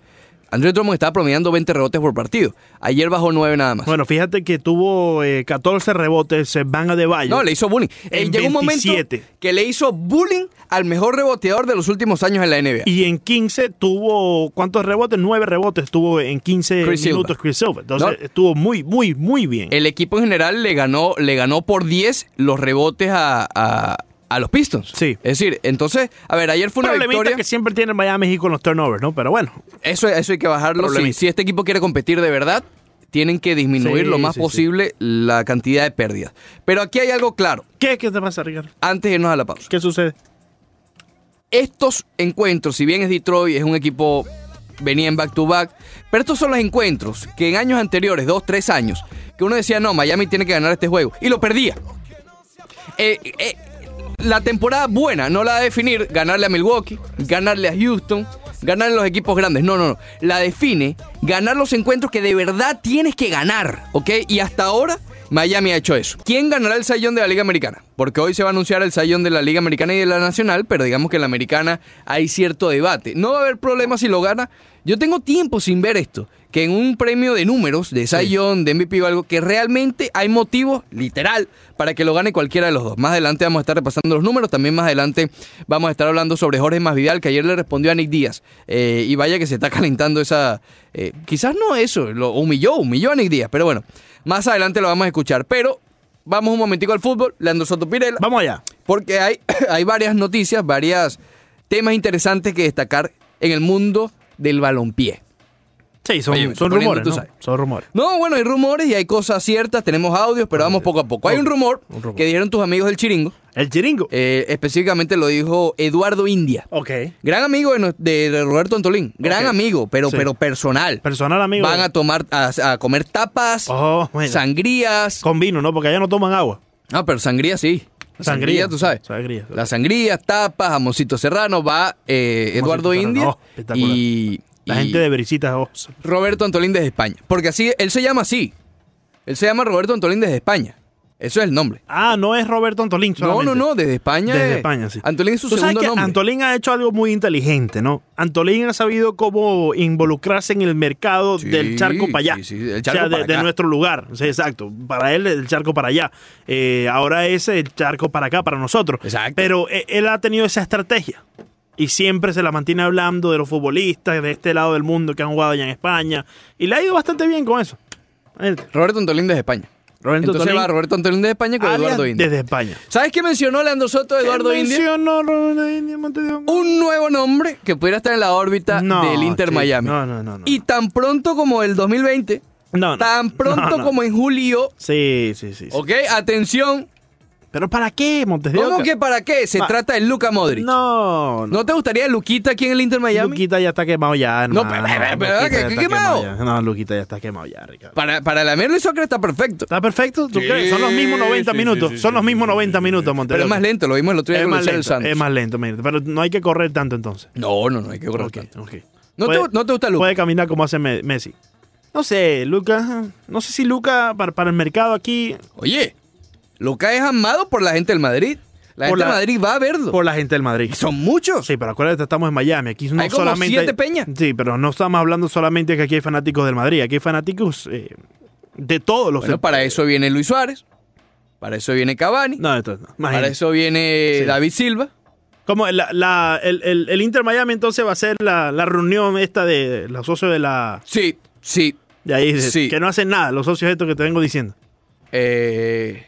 [SPEAKER 1] Andre Drummond estaba promediando 20 rebotes por partido, ayer bajó 9 nada más.
[SPEAKER 2] Bueno, fíjate que tuvo eh, 14 rebotes eh, Van de Valle.
[SPEAKER 1] No, le hizo bullying. Eh,
[SPEAKER 2] En
[SPEAKER 1] llegó un momento
[SPEAKER 2] 27.
[SPEAKER 1] que le hizo bullying al mejor reboteador de los últimos años en la NBA.
[SPEAKER 2] Y en 15 tuvo, ¿cuántos rebotes? 9 rebotes tuvo en 15
[SPEAKER 1] Chris Silva.
[SPEAKER 2] minutos Chris Silva. Entonces
[SPEAKER 1] No.
[SPEAKER 2] estuvo muy, muy, muy bien.
[SPEAKER 1] el equipo en general le ganó, le ganó por 10 los rebotes a, a- a los Pistons.
[SPEAKER 2] Sí.
[SPEAKER 1] Es decir, entonces, a ver, ayer fue una
[SPEAKER 2] Problemita
[SPEAKER 1] victoria.
[SPEAKER 2] que siempre tiene Miami Heat con los turnovers, ¿no? Pero bueno,
[SPEAKER 1] Eso, eso hay que bajarlo. Si,
[SPEAKER 2] Problemita.
[SPEAKER 1] si este equipo quiere competir de verdad, tienen que disminuir
[SPEAKER 2] Sí,
[SPEAKER 1] lo más
[SPEAKER 2] sí, sí.
[SPEAKER 1] posible la cantidad de pérdidas. Pero aquí hay algo claro,
[SPEAKER 2] ¿qué, ¿qué te pasa, Ricardo?
[SPEAKER 1] antes de irnos a la pausa.
[SPEAKER 2] ¿Qué sucede?
[SPEAKER 1] estos encuentros, si bien es Detroit, es un equipo venía en back to back, pero estos son los encuentros que en años anteriores, dos, tres años, que uno decía, no, Miami tiene que ganar este juego, y lo perdía. Eh, eh, la temporada buena no la va a definir ganarle a Milwaukee, ganarle a Houston, ganarle a los equipos grandes. No, no, no. La define ganar los encuentros que de verdad tienes que ganar, ¿ok? Y hasta ahora Miami ha hecho eso. ¿Quién ganará el sayón de la Liga Americana? Porque hoy se va a anunciar el sayón de la Liga Americana y de la Nacional, pero digamos que en la Americana hay cierto debate. No va a haber problema si lo gana. Yo tengo tiempo sin ver esto. Que en un premio de números, de sayón, de MVP o algo, que realmente hay motivos, literal, para que lo gane cualquiera de los dos. Más adelante vamos a estar repasando los números. También más adelante vamos a estar hablando sobre Jorge Masvidal, que ayer le respondió a Nick Díaz. Eh, y vaya que se está calentando esa. eh, quizás no eso, lo humilló, humilló a Nick Díaz. Pero bueno, más adelante lo vamos a escuchar. Pero vamos un momentico al fútbol. Leandro Soto Pirela.
[SPEAKER 2] Vamos allá.
[SPEAKER 1] Porque hay, hay varias noticias, varios temas interesantes que destacar en el mundo del balompié.
[SPEAKER 2] Sí, son,
[SPEAKER 1] Oye, me
[SPEAKER 2] son
[SPEAKER 1] estoy poniendo,
[SPEAKER 2] rumores,
[SPEAKER 1] tú
[SPEAKER 2] ¿no?
[SPEAKER 1] sabes.
[SPEAKER 2] Son rumores.
[SPEAKER 1] No, bueno, hay rumores y hay cosas ciertas, tenemos audios, pero vamos poco a poco. Hay un rumor,
[SPEAKER 2] Un rumor.
[SPEAKER 1] que dijeron tus amigos del Chiringo,
[SPEAKER 2] El chiringo.
[SPEAKER 1] eh, específicamente lo dijo Eduardo India.
[SPEAKER 2] ok.
[SPEAKER 1] Gran amigo de, no- de Roberto Antolín, gran
[SPEAKER 2] Ok.
[SPEAKER 1] amigo, pero,
[SPEAKER 2] Sí.
[SPEAKER 1] pero personal.
[SPEAKER 2] Personal amigo.
[SPEAKER 1] Van a tomar, a, a comer tapas,
[SPEAKER 2] Oh, mira.
[SPEAKER 1] sangrías.
[SPEAKER 2] Con vino, ¿no? Porque allá no toman agua.
[SPEAKER 1] Ah, pero sangría sí. La
[SPEAKER 2] Sangría,
[SPEAKER 1] sangría, tú sabes.
[SPEAKER 2] sangría.
[SPEAKER 1] La sangría, tapas, jamoncito serrano, va eh, Eduardo
[SPEAKER 2] Serrano,
[SPEAKER 1] India
[SPEAKER 2] oh, espectacular.
[SPEAKER 1] y,
[SPEAKER 2] La
[SPEAKER 1] y
[SPEAKER 2] gente de Brisitas. oh, s-
[SPEAKER 1] Roberto Antolín desde España. Porque así, él se llama así. Él se llama Roberto Antolín desde España. Eso es el nombre.
[SPEAKER 2] Ah, no es Roberto Antolín.
[SPEAKER 1] No,
[SPEAKER 2] solamente.
[SPEAKER 1] no, no, desde España.
[SPEAKER 2] Desde
[SPEAKER 1] es-
[SPEAKER 2] España, sí.
[SPEAKER 1] Antolín es su
[SPEAKER 2] Tú sabes
[SPEAKER 1] segundo
[SPEAKER 2] que
[SPEAKER 1] nombre.
[SPEAKER 2] Antolín ha hecho algo muy inteligente, ¿no? Antolín ha sabido cómo involucrarse en el mercado
[SPEAKER 1] Sí,
[SPEAKER 2] del charco para allá.
[SPEAKER 1] sí, sí, del charco
[SPEAKER 2] o sea, de-
[SPEAKER 1] para
[SPEAKER 2] de,
[SPEAKER 1] acá.
[SPEAKER 2] nuestro lugar. Sí, exacto. Para él, el charco para allá. Eh, ahora es el charco para acá, para nosotros.
[SPEAKER 1] Exacto.
[SPEAKER 2] Pero eh, él ha tenido esa estrategia. Y siempre se la mantiene hablando de los futbolistas de este lado del mundo que han jugado allá en España. Y le ha ido bastante bien con eso. Él,
[SPEAKER 1] Roberto Antolín desde España.
[SPEAKER 2] Roberto
[SPEAKER 1] Entonces
[SPEAKER 2] Antolín,
[SPEAKER 1] va Roberto Antolín desde España con
[SPEAKER 2] alias
[SPEAKER 1] Eduardo India.
[SPEAKER 2] Desde España.
[SPEAKER 1] ¿Sabes qué mencionó Leandro Soto de Eduardo
[SPEAKER 2] Él
[SPEAKER 1] India?
[SPEAKER 2] mencionó a Roberto India Montevideo.
[SPEAKER 1] Un nuevo nombre que pudiera estar en la órbita
[SPEAKER 2] No,
[SPEAKER 1] del Inter
[SPEAKER 2] chico,
[SPEAKER 1] Miami.
[SPEAKER 2] no, no, no, no.
[SPEAKER 1] Y tan pronto como el 2020,
[SPEAKER 2] No, no.
[SPEAKER 1] tan pronto
[SPEAKER 2] No, no.
[SPEAKER 1] como en julio,
[SPEAKER 2] Sí, sí, sí. sí.
[SPEAKER 1] ok, atención,
[SPEAKER 2] ¿Pero para qué, Montes de
[SPEAKER 1] ¿Cómo
[SPEAKER 2] Oca?
[SPEAKER 1] que para qué? Se
[SPEAKER 2] Ma-
[SPEAKER 1] trata de Luca Modric. No,
[SPEAKER 2] No, no.
[SPEAKER 1] te gustaría Luquita aquí en el Inter Miami?
[SPEAKER 2] Luquita ya está quemado ya,
[SPEAKER 1] No,
[SPEAKER 2] hermano.
[SPEAKER 1] pero- pero- pero-
[SPEAKER 2] Luquita
[SPEAKER 1] ¿qué-
[SPEAKER 2] ya
[SPEAKER 1] qué
[SPEAKER 2] está
[SPEAKER 1] quemado?
[SPEAKER 2] ya. No, Luquita ya está quemado ya, Ricardo.
[SPEAKER 1] Para, para la Merlo y Sócrates está perfecto.
[SPEAKER 2] ¿Está perfecto? ¿Tú
[SPEAKER 1] Sí,
[SPEAKER 2] crees? Son los mismos 90
[SPEAKER 1] sí,
[SPEAKER 2] minutos.
[SPEAKER 1] sí, sí,
[SPEAKER 2] Son los
[SPEAKER 1] sí,
[SPEAKER 2] mismos
[SPEAKER 1] sí,
[SPEAKER 2] 90 minutos, Montes de
[SPEAKER 1] Pero es
[SPEAKER 2] Oca.
[SPEAKER 1] más lento, lo vimos el otro día
[SPEAKER 2] Es
[SPEAKER 1] con
[SPEAKER 2] más
[SPEAKER 1] Luciano
[SPEAKER 2] lento.
[SPEAKER 1] Santos.
[SPEAKER 2] Es más lento, mira. Pero no hay que correr tanto entonces.
[SPEAKER 1] No, no, no, hay que correr
[SPEAKER 2] Ok,
[SPEAKER 1] tanto.
[SPEAKER 2] ok.
[SPEAKER 1] ¿No,
[SPEAKER 2] Puede-
[SPEAKER 1] te, no te gusta Luca?
[SPEAKER 2] Puede caminar como hace Me- Messi. No sé, Luca. No sé si Luca para, para el mercado aquí.
[SPEAKER 1] Oye, Luca es amado por la gente del Madrid. La
[SPEAKER 2] Por
[SPEAKER 1] gente
[SPEAKER 2] la-
[SPEAKER 1] de Madrid va a verlo.
[SPEAKER 2] Por la gente del Madrid.
[SPEAKER 1] Y Son muchos.
[SPEAKER 2] Sí, pero acuérdate, estamos en Miami. Aquí no
[SPEAKER 1] Hay como
[SPEAKER 2] solamente.
[SPEAKER 1] siete peñas.
[SPEAKER 2] Sí, pero no estamos hablando solamente que aquí hay fanáticos del Madrid. Aquí hay fanáticos eh, de todos los. em-
[SPEAKER 1] Bueno, para eso viene Luis Suárez. Para eso viene Cavani.
[SPEAKER 2] No, esto no. Imagínate.
[SPEAKER 1] para eso viene
[SPEAKER 2] Sí.
[SPEAKER 1] David Silva.
[SPEAKER 2] Como la- la- el, el- el Inter Miami entonces va a ser la, la reunión esta de los socios de la.
[SPEAKER 1] Sí, sí.
[SPEAKER 2] De ahí, de-
[SPEAKER 1] Sí.
[SPEAKER 2] que no hacen nada, los socios estos que te vengo diciendo.
[SPEAKER 1] Eh,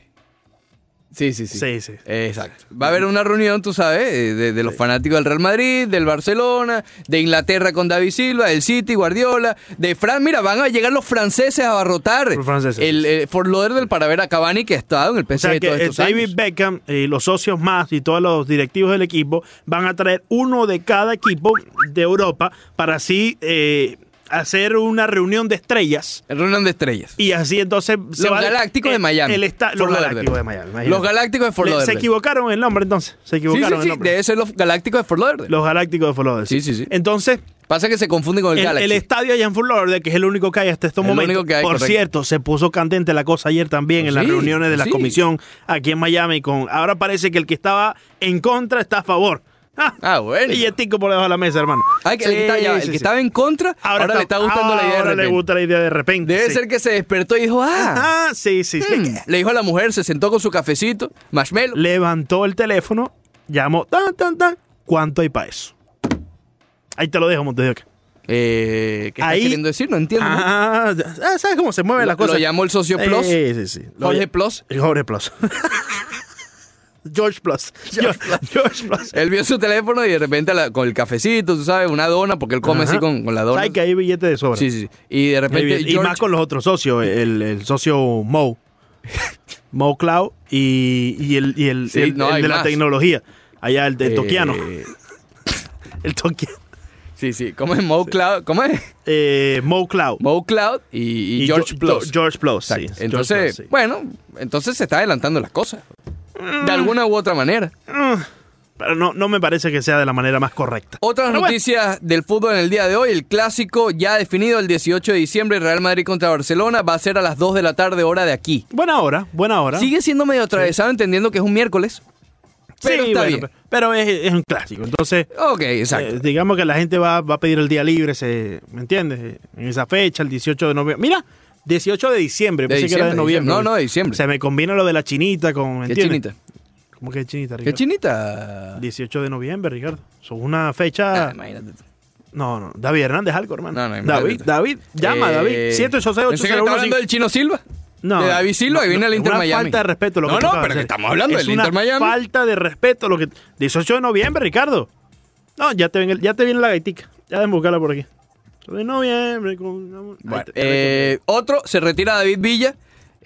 [SPEAKER 1] Sí, sí, sí.
[SPEAKER 2] Sí, sí.
[SPEAKER 1] Exacto. Va a haber una reunión, tú sabes, eh, de, de los fanáticos del Real Madrid, del Barcelona, de Inglaterra con David Silva, del City, Guardiola, de Fran. Mira, van a llegar los franceses a abarrotar
[SPEAKER 2] Los franceses.
[SPEAKER 1] el eh, Fort Lauderdale para ver a Cavani que ha estado en el PSG
[SPEAKER 2] O sea que
[SPEAKER 1] todos
[SPEAKER 2] el
[SPEAKER 1] estos
[SPEAKER 2] David
[SPEAKER 1] años.
[SPEAKER 2] Beckham y los socios más y todos los directivos del equipo van a traer uno de cada equipo de Europa para así eh, hacer una reunión de estrellas.
[SPEAKER 1] El Reunión de estrellas.
[SPEAKER 2] Y así entonces
[SPEAKER 1] Los Galácticos de Miami.
[SPEAKER 2] eh, el esta-
[SPEAKER 1] Fort
[SPEAKER 2] los
[SPEAKER 1] Lauderdale.
[SPEAKER 2] Galácticos de Miami. imagínate.
[SPEAKER 1] Los Galácticos de Fort
[SPEAKER 2] Le- Se
[SPEAKER 1] Lauderdale.
[SPEAKER 2] equivocaron el nombre entonces. Se
[SPEAKER 1] Sí,
[SPEAKER 2] equivocaron
[SPEAKER 1] sí,
[SPEAKER 2] el
[SPEAKER 1] sí,
[SPEAKER 2] nombre.
[SPEAKER 1] debe ser los Galácticos de Fort Lauderdale.
[SPEAKER 2] Los Galácticos de Fort Lauderdale.
[SPEAKER 1] Sí, sí, sí.
[SPEAKER 2] Entonces,
[SPEAKER 1] Pasa que se confunde con el,
[SPEAKER 2] el,
[SPEAKER 1] Galaxy.
[SPEAKER 2] el estadio allá en Fort Lauderdale, que es el único que hay hasta este
[SPEAKER 1] El
[SPEAKER 2] momento.
[SPEAKER 1] único que hay,
[SPEAKER 2] Por
[SPEAKER 1] correcto.
[SPEAKER 2] cierto, se puso candente la cosa ayer también en las
[SPEAKER 1] Sí,
[SPEAKER 2] reuniones de la
[SPEAKER 1] sí.
[SPEAKER 2] comisión aquí en Miami. Con, ahora parece que el que estaba en contra está a favor.
[SPEAKER 1] Ah, bueno.
[SPEAKER 2] Billetico por debajo de la mesa, hermano.
[SPEAKER 1] Ah, que el
[SPEAKER 2] Sí,
[SPEAKER 1] que, está- ya va, el
[SPEAKER 2] sí,
[SPEAKER 1] que
[SPEAKER 2] sí.
[SPEAKER 1] estaba en contra, ahora, le está gustando la idea de
[SPEAKER 2] Ahora le
[SPEAKER 1] repente.
[SPEAKER 2] gusta la idea de repente.
[SPEAKER 1] Debe
[SPEAKER 2] sí.
[SPEAKER 1] ser que se despertó y dijo, ah,
[SPEAKER 2] Ah, sí, sí. sí.
[SPEAKER 1] mm. le dijo a la mujer, se sentó con su cafecito, marshmallow.
[SPEAKER 2] levantó el teléfono, llamó, tan, tan, tan, ¿cuánto hay para eso? Ahí te lo dejo, Montes de Oca.
[SPEAKER 1] Eh, ¿Qué está
[SPEAKER 2] Ahí-
[SPEAKER 1] queriendo decir? No entiendo. ¿no?
[SPEAKER 2] Ah, ah, ¿sabes cómo se mueven las
[SPEAKER 1] Lo- lo
[SPEAKER 2] cosas?
[SPEAKER 1] llamó el socio Plus.
[SPEAKER 2] Eh, sí, sí. Lo-
[SPEAKER 1] Jorge Plus.
[SPEAKER 2] Jorge Plus. George Plus. George Plus. George Plus.
[SPEAKER 1] Él vio su teléfono y de repente la- con el cafecito, tú sabes, una dona, porque él come
[SPEAKER 2] Ajá.
[SPEAKER 1] así con, con la dona.
[SPEAKER 2] Sabes que hay billetes de sobra.
[SPEAKER 1] Sí, sí, sí. Y de
[SPEAKER 2] Hay
[SPEAKER 1] repente
[SPEAKER 2] billetes. Y
[SPEAKER 1] George-
[SPEAKER 2] más con los otros socios, el, el socio Mo. Mo Cloud y, y el, y el,
[SPEAKER 1] Sí,
[SPEAKER 2] el-
[SPEAKER 1] no,
[SPEAKER 2] el
[SPEAKER 1] hay
[SPEAKER 2] de la
[SPEAKER 1] más.
[SPEAKER 2] tecnología. Allá el de
[SPEAKER 1] eh,
[SPEAKER 2] Toquiano. El Toquiano.
[SPEAKER 1] Sí, sí. ¿Cómo es Mo Cloud? ¿Cómo es?
[SPEAKER 2] Eh, Mo Cloud.
[SPEAKER 1] Mo Cloud y, y
[SPEAKER 2] Y
[SPEAKER 1] George
[SPEAKER 2] Gio-
[SPEAKER 1] Plus.
[SPEAKER 2] Gio- George Plus, sí.
[SPEAKER 1] Exacto. Entonces,
[SPEAKER 2] George Plus, sí.
[SPEAKER 1] bueno, entonces se está adelantando las cosas. De alguna u otra manera.
[SPEAKER 2] Pero no, no me parece que sea de la manera más correcta.
[SPEAKER 1] Otras
[SPEAKER 2] Pero bueno.
[SPEAKER 1] noticias del fútbol en el día de hoy. El clásico ya definido el 18 de diciembre, Real Madrid contra Barcelona, va a ser a las 2 de la tarde, hora de aquí.
[SPEAKER 2] Buena hora, buena hora.
[SPEAKER 1] Sigue siendo medio atravesado entendiendo que es un miércoles. Pero
[SPEAKER 2] Sí,
[SPEAKER 1] está
[SPEAKER 2] bueno,
[SPEAKER 1] bien.
[SPEAKER 2] pe- Pero es, es un clásico. Entonces,
[SPEAKER 1] Ok, exacto.
[SPEAKER 2] eh, digamos que la gente va, va a pedir el día libre, se, ¿me entiendes? Eh, En esa fecha, el 18 de noviembre. Mira, 18 de diciembre,
[SPEAKER 1] De
[SPEAKER 2] pensé que era de
[SPEAKER 1] diciembre,
[SPEAKER 2] noviembre.
[SPEAKER 1] diciembre. No, no, de diciembre.
[SPEAKER 2] Se me combina lo de la chinita con. ¿me
[SPEAKER 1] ¿Qué
[SPEAKER 2] entiendes?
[SPEAKER 1] chinita?
[SPEAKER 2] ¿Cómo que chinita,
[SPEAKER 1] ¿Qué
[SPEAKER 2] Ricardo?
[SPEAKER 1] chinita?
[SPEAKER 2] 18 de noviembre, Ricardo. Son una
[SPEAKER 1] Ah,
[SPEAKER 2] fecha.
[SPEAKER 1] imagínate tú.
[SPEAKER 2] no, no. David Hernández, algo, hermano.
[SPEAKER 1] No, no, imagínate.
[SPEAKER 2] David, David, llama,
[SPEAKER 1] Eh,
[SPEAKER 2] David. 786
[SPEAKER 1] ¿pensé que está hablando del chino Silva?
[SPEAKER 2] No,
[SPEAKER 1] de David Silva, ahí
[SPEAKER 2] no,
[SPEAKER 1] viene el
[SPEAKER 2] no,
[SPEAKER 1] Inter
[SPEAKER 2] una
[SPEAKER 1] Miami.
[SPEAKER 2] falta de respeto lo que
[SPEAKER 1] No,
[SPEAKER 2] tú
[SPEAKER 1] no,
[SPEAKER 2] acabas
[SPEAKER 1] pero
[SPEAKER 2] de
[SPEAKER 1] que
[SPEAKER 2] hacer.
[SPEAKER 1] estamos hablando
[SPEAKER 2] Es
[SPEAKER 1] del
[SPEAKER 2] una
[SPEAKER 1] Inter Miami.
[SPEAKER 2] falta de respeto lo que 18 de noviembre, Ricardo. No, ya te viene, el- ya te viene la gaitica. Ya deben buscarla por aquí. De noviembre con-
[SPEAKER 1] Bueno,
[SPEAKER 2] Ahí te-
[SPEAKER 1] eh, otro, se retira David Villa,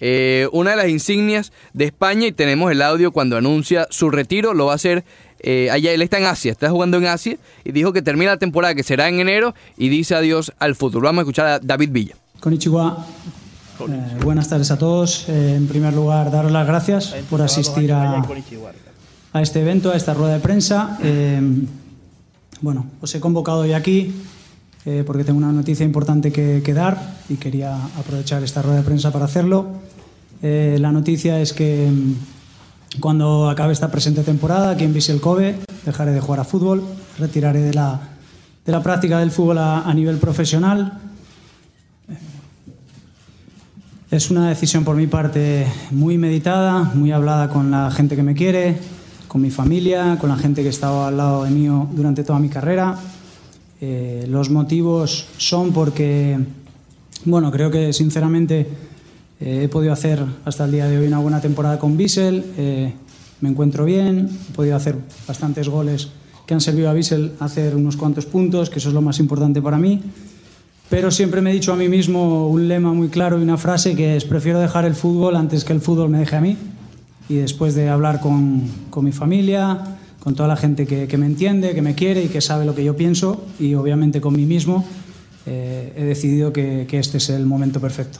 [SPEAKER 1] eh, una de las insignias de España y tenemos el audio cuando anuncia su retiro, lo va a hacer eh, allá, él está en Asia, está jugando en Asia y dijo que termina la temporada que será en enero y dice adiós al futuro. Vamos a escuchar a David Villa.
[SPEAKER 3] Konnichiwa. Eh, buenas tardes a todos. Eh, en primer lugar, daros las gracias
[SPEAKER 1] eh,
[SPEAKER 3] por asistir a, a este evento, a esta rueda de prensa. Eh, bueno, os he convocado hoy aquí eh, porque tengo una noticia importante que, que dar y quería aprovechar esta rueda de prensa para hacerlo. Eh, la noticia es que mm, cuando acabe esta presente temporada aquí en Vissel Kobe dejaré de jugar a fútbol, retiraré de la, de la práctica del fútbol a- a nivel profesional. Es una decisión por mi parte muy meditada, muy hablada con la gente que me quiere, con mi familia, con la gente que ha estado al lado de mí durante toda mi carrera. Eh, los motivos son porque, bueno, creo que sinceramente eh, he podido hacer hasta el día de hoy una buena temporada con Bissell, eh, me encuentro bien, he podido hacer bastantes goles que han servido a Bissell a hacer unos cuantos puntos, que eso es lo más importante para mí. Pero siempre me he dicho a mí mismo un lema muy claro y una frase que es prefiero dejar el fútbol antes que el fútbol me deje a mí. Y después de hablar con, con mi familia, con toda la gente que, que me entiende, que me quiere y que sabe lo que yo pienso, y obviamente con mí mismo, eh, he decidido que- que este es el momento perfecto.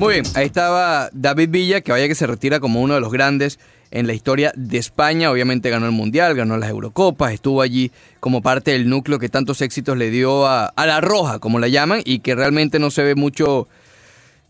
[SPEAKER 1] Muy bien, ahí estaba David Villa, que vaya que se retira como uno de los grandes en la historia de España. Obviamente ganó el Mundial, ganó las Eurocopas, estuvo allí como parte del núcleo que tantos éxitos le dio a, a la Roja, como la llaman, y que realmente no se ve mucho,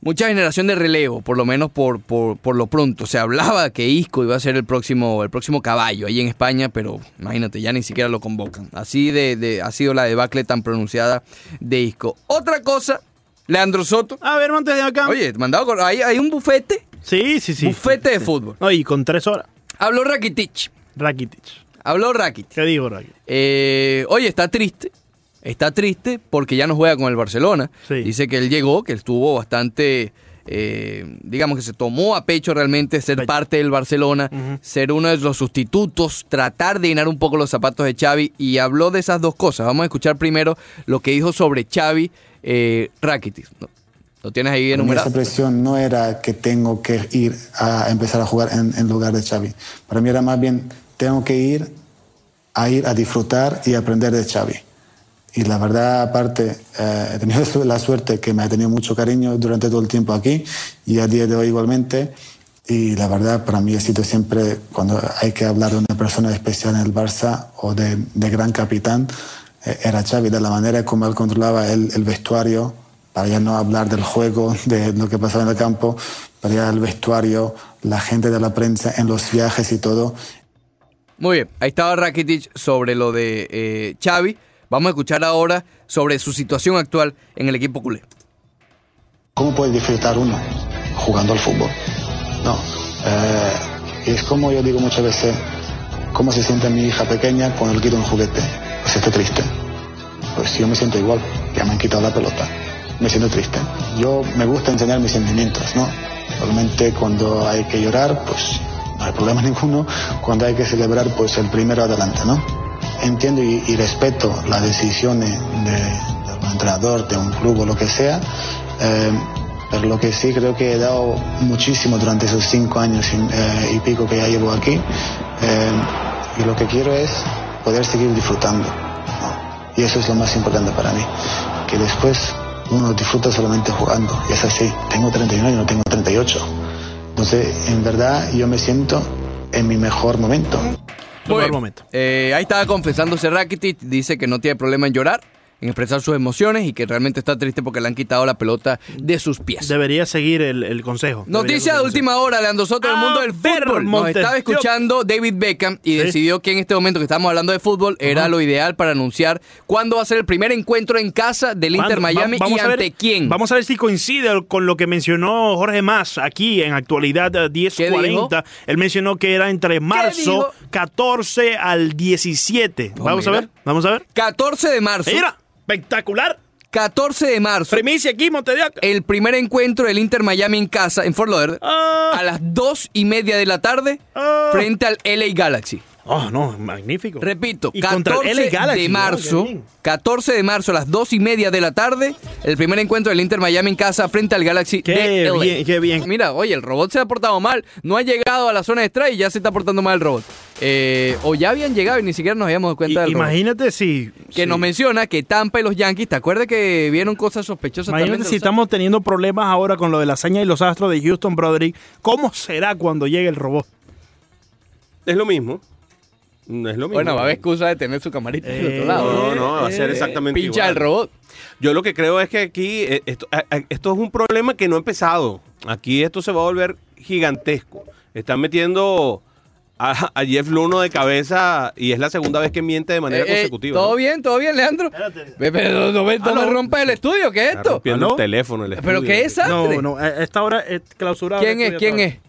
[SPEAKER 1] mucha generación de relevo, por lo menos por, por, por lo pronto. Se hablaba que Isco iba a ser el próximo, el próximo caballo ahí en España, pero imagínate, ya ni siquiera lo convocan. Así de, de- ha sido la debacle tan pronunciada de Isco. Otra cosa, Leandro Soto.
[SPEAKER 2] a ver, antes de acá.
[SPEAKER 1] Oye, mandado con- hay, hay un bufete,
[SPEAKER 2] sí, sí, sí.
[SPEAKER 1] bufete de fútbol.
[SPEAKER 2] No, y con tres horas.
[SPEAKER 1] Habló Rakitic,
[SPEAKER 2] Rakitic.
[SPEAKER 1] habló Rakitic.
[SPEAKER 2] ¿Qué digo, Rakitic?
[SPEAKER 1] Eh, oye, está triste, está triste porque ya no juega con el Barcelona.
[SPEAKER 2] Sí.
[SPEAKER 1] Dice que él llegó, que estuvo bastante eh, digamos que se tomó a pecho realmente ser parte del Barcelona, ser uno de los sustitutos, tratar de llenar un poco los zapatos de Xavi y habló de esas dos cosas. Vamos a escuchar primero lo que dijo sobre Xavi eh, Rakitic. ¿no? Lo tienes ahí
[SPEAKER 4] Para mí
[SPEAKER 1] enumerado.
[SPEAKER 4] Esa presión no era que tengo que ir a empezar a jugar en, en lugar de Xavi. Para mí era más bien, tengo que ir a ir a disfrutar y aprender de Xavi. Y la verdad, aparte, eh, he tenido su- la suerte que me ha tenido mucho cariño durante todo el tiempo aquí y a día de hoy igualmente. Y la verdad, para mí ha sido siempre, cuando hay que hablar de una persona especial en el Barça o de, de gran capitán, eh, era Xavi, de la manera como él controlaba el, el vestuario, para ya no hablar del juego, de lo que pasaba en el campo, para ya el vestuario, la gente de la prensa, en los viajes y todo.
[SPEAKER 1] Muy bien, ahí estaba Rakitic sobre lo de eh, Xavi. Vamos a escuchar ahora sobre su situación actual en el equipo culé.
[SPEAKER 4] ¿Cómo puede disfrutar uno jugando al fútbol? No. Eh, y es como yo digo muchas veces, ¿cómo se siente mi hija pequeña cuando le quito un juguete? Pues estoy triste. Pues yo me siento igual, ya me han quitado la pelota. Me siento triste. Yo me gusta enseñar mis sentimientos, ¿no? Realmente cuando hay que llorar, pues no hay problema ninguno. Cuando hay que celebrar, pues el primero adelante, ¿no? Entiendo y, y respeto las decisiones de, de un entrenador, de un club o lo que sea, eh, pero lo que sí creo que he dado muchísimo durante esos cinco años y, eh, y pico que ya llevo aquí. eh, y lo que quiero es poder seguir disfrutando. ¿no? Y eso es lo más importante para mí. Que después uno disfruta solamente jugando. Y es así. Tengo 39 y no tengo 38. Entonces, en verdad, yo me siento en mi mejor momento.
[SPEAKER 2] Muy
[SPEAKER 1] Muy
[SPEAKER 2] buen
[SPEAKER 1] bien.
[SPEAKER 2] momento.
[SPEAKER 1] Eh, ahí estaba confesándose Rakitic, dice que no tiene problema en llorar, en expresar sus emociones y que realmente está triste porque le han quitado la pelota de sus pies.
[SPEAKER 2] Debería seguir el, el consejo. Debería
[SPEAKER 1] Noticia de
[SPEAKER 2] seguir el
[SPEAKER 1] última hora, Leandro Soto del mundo del
[SPEAKER 2] Aver
[SPEAKER 1] fútbol. Nos
[SPEAKER 2] Montes.
[SPEAKER 1] estaba escuchando David Beckham y
[SPEAKER 2] Sí.
[SPEAKER 1] decidió que en este momento que estamos hablando de fútbol era lo ideal para anunciar cuándo va a ser el primer encuentro en casa del Inter
[SPEAKER 2] ¿Cuándo? Va-
[SPEAKER 1] Miami y
[SPEAKER 2] vamos a ver-
[SPEAKER 1] ante quién.
[SPEAKER 2] Vamos a ver si coincide con lo que mencionó Jorge Más aquí en actualidad eh,
[SPEAKER 1] ¿Qué dijo?
[SPEAKER 2] 1040. Él mencionó que era entre
[SPEAKER 1] dijo?
[SPEAKER 2] marzo 14 al 17.
[SPEAKER 1] No,
[SPEAKER 2] vamos a
[SPEAKER 1] mira.
[SPEAKER 2] ver, vamos a ver.
[SPEAKER 1] 14 de marzo.
[SPEAKER 2] Mira, espectacular.
[SPEAKER 1] 14 de marzo.
[SPEAKER 2] Primicia aquí, Montevideo.
[SPEAKER 1] El primer encuentro del Inter Miami en casa, en Fort Lauderdale,
[SPEAKER 2] Ah.
[SPEAKER 1] a las 2 y media de la tarde,
[SPEAKER 2] Ah.
[SPEAKER 1] frente al LA Galaxy.
[SPEAKER 2] Oh, no, magnífico.
[SPEAKER 1] Repito,
[SPEAKER 2] Y contra el
[SPEAKER 1] 14
[SPEAKER 2] LA Galaxy,
[SPEAKER 1] de
[SPEAKER 2] ¿no?
[SPEAKER 1] marzo,
[SPEAKER 2] Qué bien.
[SPEAKER 1] 14 de marzo a las 2 y media de la tarde, el primer encuentro del Inter Miami en casa frente al Galaxy
[SPEAKER 2] Qué
[SPEAKER 1] de LA.
[SPEAKER 2] bien, qué bien.
[SPEAKER 1] Mira, oye, el robot se ha portado mal, no ha llegado a la zona de strike y ya se está portando mal el robot. Eh, o ya habían llegado y ni siquiera nos habíamos dado
[SPEAKER 2] I-
[SPEAKER 1] cuenta del robot.
[SPEAKER 2] imagínate si.
[SPEAKER 1] Que
[SPEAKER 2] si-
[SPEAKER 1] nos menciona que Tampa y los Yankees, ¿te acuerdas que vieron cosas sospechosas? también
[SPEAKER 2] Imagínate
[SPEAKER 1] de
[SPEAKER 2] si
[SPEAKER 1] los-
[SPEAKER 2] estamos teniendo problemas ahora con lo de la hazaña y los astros de Houston Broderick. ¿Cómo será cuando llegue el robot?
[SPEAKER 5] Es lo mismo. No es lo mismo.
[SPEAKER 1] Bueno, va a haber excusa de tener su camarita del
[SPEAKER 2] Eh,
[SPEAKER 1] otro lado. Eh,
[SPEAKER 5] No, no, va a ser exactamente
[SPEAKER 1] Pincha
[SPEAKER 5] igual.
[SPEAKER 1] el robot.
[SPEAKER 5] Yo lo que creo es que aquí eh, esto, a- a- esto es un problema que no ha empezado. Aquí esto se va a volver gigantesco. Están metiendo a, a Jeff Luno de cabeza y es la segunda vez que miente de manera
[SPEAKER 1] Eh, eh,
[SPEAKER 5] consecutiva.
[SPEAKER 1] ¿Todo
[SPEAKER 5] ¿no?
[SPEAKER 1] bien? ¿todo bien, Leandro? Ve, Pero no, me- no me rompas el estudio, ¿qué es
[SPEAKER 5] Está
[SPEAKER 1] esto? ¿Ah,
[SPEAKER 5] rompiendo
[SPEAKER 2] ¿Aló?
[SPEAKER 5] el teléfono. el
[SPEAKER 1] ¿Pero
[SPEAKER 5] estudio.
[SPEAKER 1] qué es desastre.
[SPEAKER 2] No, no, a a esta hora es clausurado.
[SPEAKER 1] ¿Quién es?
[SPEAKER 2] Estoy
[SPEAKER 1] ¿Quién
[SPEAKER 2] otra
[SPEAKER 1] es?
[SPEAKER 2] vez.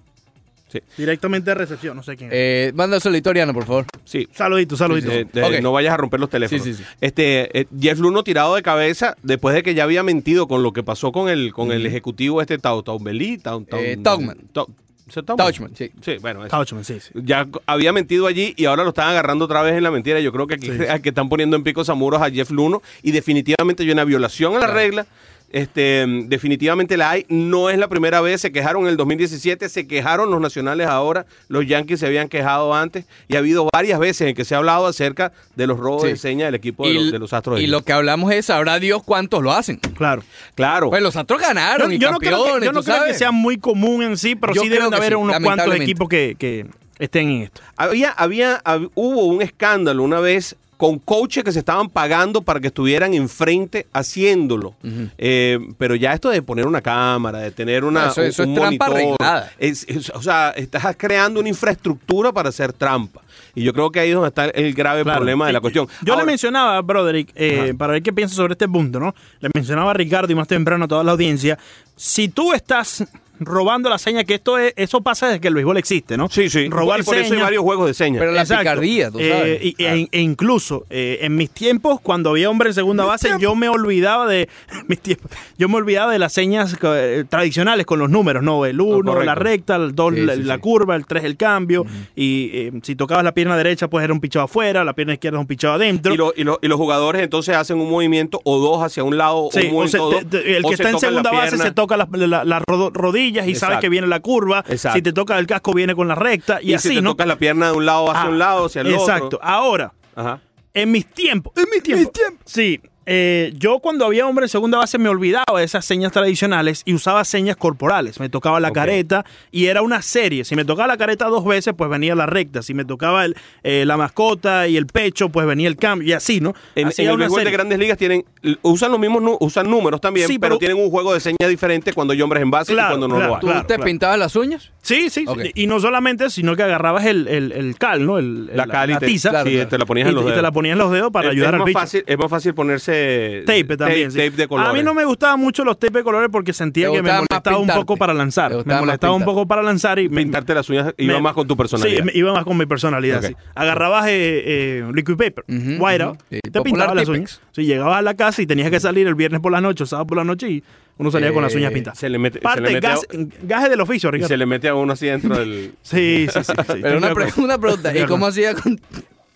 [SPEAKER 5] Sí,
[SPEAKER 2] Directamente de recepción, no sé quién es.
[SPEAKER 1] Eh, mándaselo a Itoriano, por favor.
[SPEAKER 5] sí.
[SPEAKER 2] Saludito, saludito.
[SPEAKER 5] Eh, eh,
[SPEAKER 1] Ok.
[SPEAKER 5] No vayas a romper los teléfonos.
[SPEAKER 1] Sí, sí, sí.
[SPEAKER 5] Este, eh, Jeff Luno tirado de cabeza después de que ya había mentido con lo que pasó con el, con el ejecutivo este Tau, Taubelí, Tau, Tau-
[SPEAKER 1] Eh, Taubman.
[SPEAKER 5] Tau- ¿se
[SPEAKER 1] Touchman, sí.
[SPEAKER 5] bueno, eso.
[SPEAKER 2] Couchman, sí, sí.
[SPEAKER 5] Ya c- había mentido allí y ahora lo están agarrando otra vez en la mentira. Yo creo que aquí a que están poniendo en picos a muros a Jeff Luno y definitivamente hay una violación a la regla. Este, mm, definitivamente la hay. No es la primera vez. Se quejaron en el 2017, se quejaron los nacionales ahora. Los Yankees se habían quejado antes y ha habido varias veces en que se ha hablado acerca de los robos
[SPEAKER 1] Sí.
[SPEAKER 5] de señas del equipo de, los, de los Astros. de
[SPEAKER 1] y
[SPEAKER 5] Houston.
[SPEAKER 1] lo que hablamos es, sabrá Dios cuántos lo hacen.
[SPEAKER 2] Claro.
[SPEAKER 5] claro.
[SPEAKER 1] Pues los Astros ganaron y
[SPEAKER 2] no creo, que,
[SPEAKER 1] campeones,
[SPEAKER 2] yo no
[SPEAKER 1] ¿tú
[SPEAKER 2] creo que
[SPEAKER 1] sabes?
[SPEAKER 2] sea muy común en sí, pero
[SPEAKER 1] Yo
[SPEAKER 2] sí
[SPEAKER 1] creo
[SPEAKER 2] deben de
[SPEAKER 1] que
[SPEAKER 2] haber
[SPEAKER 1] sí,
[SPEAKER 2] unos cuantos
[SPEAKER 1] lamentablemente.
[SPEAKER 2] equipos que, que estén en esto.
[SPEAKER 5] Había, había, hab- hubo un escándalo una vez con coaches que se estaban pagando para que estuvieran enfrente haciéndolo. Eh, pero ya esto de poner una cámara, de tener una,
[SPEAKER 1] Eso- eso
[SPEAKER 5] un,
[SPEAKER 1] es trampa
[SPEAKER 5] monitor,
[SPEAKER 1] arreglada.
[SPEAKER 5] es- es- o sea, estás creando una infraestructura para hacer trampa. Y yo creo que ahí es donde está el grave
[SPEAKER 2] Claro.
[SPEAKER 5] problema de la
[SPEAKER 2] Eh,
[SPEAKER 5] cuestión.
[SPEAKER 2] Yo
[SPEAKER 5] Ahora,
[SPEAKER 2] le mencionaba, Broderick, eh, para ver qué piensa sobre este punto, ¿no? Le mencionaba a Ricardo y más temprano a toda la audiencia. Si tú estás robando la seña, que esto es, eso pasa desde que el béisbol existe, ¿no?
[SPEAKER 5] Sí, sí.
[SPEAKER 2] Robar
[SPEAKER 5] Y por eso hay
[SPEAKER 2] señas.
[SPEAKER 5] varios juegos de señas.
[SPEAKER 1] Pero la
[SPEAKER 2] Exacto.
[SPEAKER 1] picardía, tú
[SPEAKER 2] Eh,
[SPEAKER 1] sabes.
[SPEAKER 2] y- y-
[SPEAKER 1] Claro.
[SPEAKER 2] e, e incluso eh, en mis tiempos, cuando había hombre en segunda base, yo me olvidaba de mis tiempos, yo me olvidaba de las señas eh, tradicionales con los números, ¿no? El 1,
[SPEAKER 5] correcto.
[SPEAKER 2] la recta, el 2,
[SPEAKER 1] Ah, Sí,
[SPEAKER 2] la,
[SPEAKER 1] sí,
[SPEAKER 2] la
[SPEAKER 1] sí.
[SPEAKER 2] curva, el 3, el cambio. Y eh, si tocabas la pierna derecha, pues era un pichado afuera, la pierna izquierda un pichado adentro.
[SPEAKER 5] y, lo- y lo- y los jugadores entonces hacen un movimiento o dos hacia un lado
[SPEAKER 2] Sí,
[SPEAKER 5] o un
[SPEAKER 2] o se-
[SPEAKER 5] movimiento o dos,
[SPEAKER 2] te- te- el
[SPEAKER 5] o
[SPEAKER 2] que
[SPEAKER 5] se
[SPEAKER 2] está en
[SPEAKER 5] tocan la
[SPEAKER 2] segunda base
[SPEAKER 5] pierna.
[SPEAKER 2] se toca las la- las rodo- rodillas y sabe
[SPEAKER 5] Exacto.
[SPEAKER 2] que viene la curva.
[SPEAKER 5] Exacto.
[SPEAKER 2] Si te toca el casco, viene con la recta. Y,
[SPEAKER 5] Y,
[SPEAKER 2] así,
[SPEAKER 5] si te
[SPEAKER 2] ¿no?
[SPEAKER 5] tocas la pierna de un lado hacia
[SPEAKER 2] Ah,
[SPEAKER 5] un lado, hacia el
[SPEAKER 2] Exacto.
[SPEAKER 5] otro.
[SPEAKER 2] Ahora,
[SPEAKER 5] Ajá.
[SPEAKER 2] En mis tiempos. En mis tiempos. Sí. eh, yo cuando había hombre en segunda base me olvidaba de esas señas tradicionales y usaba señas corporales. Me tocaba la
[SPEAKER 5] Ok.
[SPEAKER 2] careta y era una serie. Si me tocaba la careta dos veces, pues venía la recta. Si me tocaba el, eh, la mascota y el pecho, pues venía el cambio. Y así, ¿no?
[SPEAKER 5] En,
[SPEAKER 2] Hacía
[SPEAKER 5] en el
[SPEAKER 2] una
[SPEAKER 5] béisbol de
[SPEAKER 2] serie.
[SPEAKER 5] grandes ligas tienen usan los mismos nu- usan números también,
[SPEAKER 2] Sí,
[SPEAKER 5] pero,
[SPEAKER 2] pero-
[SPEAKER 5] tienen un juego de señas diferente cuando hay hombres en base y
[SPEAKER 2] Claro,
[SPEAKER 5] cuando no
[SPEAKER 2] claro,
[SPEAKER 5] lo hay.
[SPEAKER 1] ¿Tú
[SPEAKER 2] claro,
[SPEAKER 1] te
[SPEAKER 2] claro.
[SPEAKER 1] pintabas las uñas?
[SPEAKER 2] Sí, sí. sí.
[SPEAKER 1] Ok.
[SPEAKER 2] Y no solamente, sino que agarrabas el, el- el cal, ¿no? El-
[SPEAKER 5] La cal y te-
[SPEAKER 2] tiza.
[SPEAKER 5] claro,
[SPEAKER 2] y
[SPEAKER 5] claro. te la ponías en
[SPEAKER 2] y
[SPEAKER 5] los
[SPEAKER 2] te- y te
[SPEAKER 5] dedos.
[SPEAKER 2] la ponías en los dedos para
[SPEAKER 5] Es-
[SPEAKER 2] ayudar
[SPEAKER 5] es
[SPEAKER 2] al
[SPEAKER 5] más
[SPEAKER 2] picho.
[SPEAKER 5] fácil, es más fácil ponerse
[SPEAKER 2] Tape también. sí.
[SPEAKER 5] tape de colores.
[SPEAKER 2] A mí no me gustaban mucho los tape de colores porque sentía
[SPEAKER 1] Te
[SPEAKER 2] que me
[SPEAKER 1] gustaba más
[SPEAKER 2] molestaba un
[SPEAKER 1] pintarte.
[SPEAKER 2] poco para lanzar.
[SPEAKER 1] Te
[SPEAKER 2] Me
[SPEAKER 1] gustaba más
[SPEAKER 2] molestaba un
[SPEAKER 1] pintarte.
[SPEAKER 2] poco para lanzar y me-
[SPEAKER 5] pintarte las uñas
[SPEAKER 2] me-
[SPEAKER 5] iba más con tu personalidad.
[SPEAKER 2] Sí, me- iba más con mi personalidad.
[SPEAKER 5] Ok.
[SPEAKER 2] sí. Agarrabas eh, eh, liquid paper,
[SPEAKER 1] Ujú,
[SPEAKER 2] whiteout,
[SPEAKER 1] ujú. Sí,
[SPEAKER 2] te
[SPEAKER 1] popular
[SPEAKER 2] pintabas las
[SPEAKER 1] Tipex.
[SPEAKER 2] uñas. Sí, llegabas a la casa y tenías que salir el viernes por la noche, o sábado por la noche y uno salía con las
[SPEAKER 1] Eh,
[SPEAKER 2] uñas pintadas.
[SPEAKER 5] se le mete- se
[SPEAKER 2] Parte,
[SPEAKER 5] le mete a-
[SPEAKER 2] gas- gajes del oficio,
[SPEAKER 5] y
[SPEAKER 2] Ricardo.
[SPEAKER 5] se le mete a uno así dentro del
[SPEAKER 2] Sí, sí, sí. sí,
[SPEAKER 1] Pero
[SPEAKER 2] estoy de
[SPEAKER 1] una, pre-
[SPEAKER 2] acuerdo.
[SPEAKER 1] una pregunta,
[SPEAKER 2] Estoy de
[SPEAKER 1] ¿y
[SPEAKER 2] acuerdo.
[SPEAKER 1] cómo hacía con,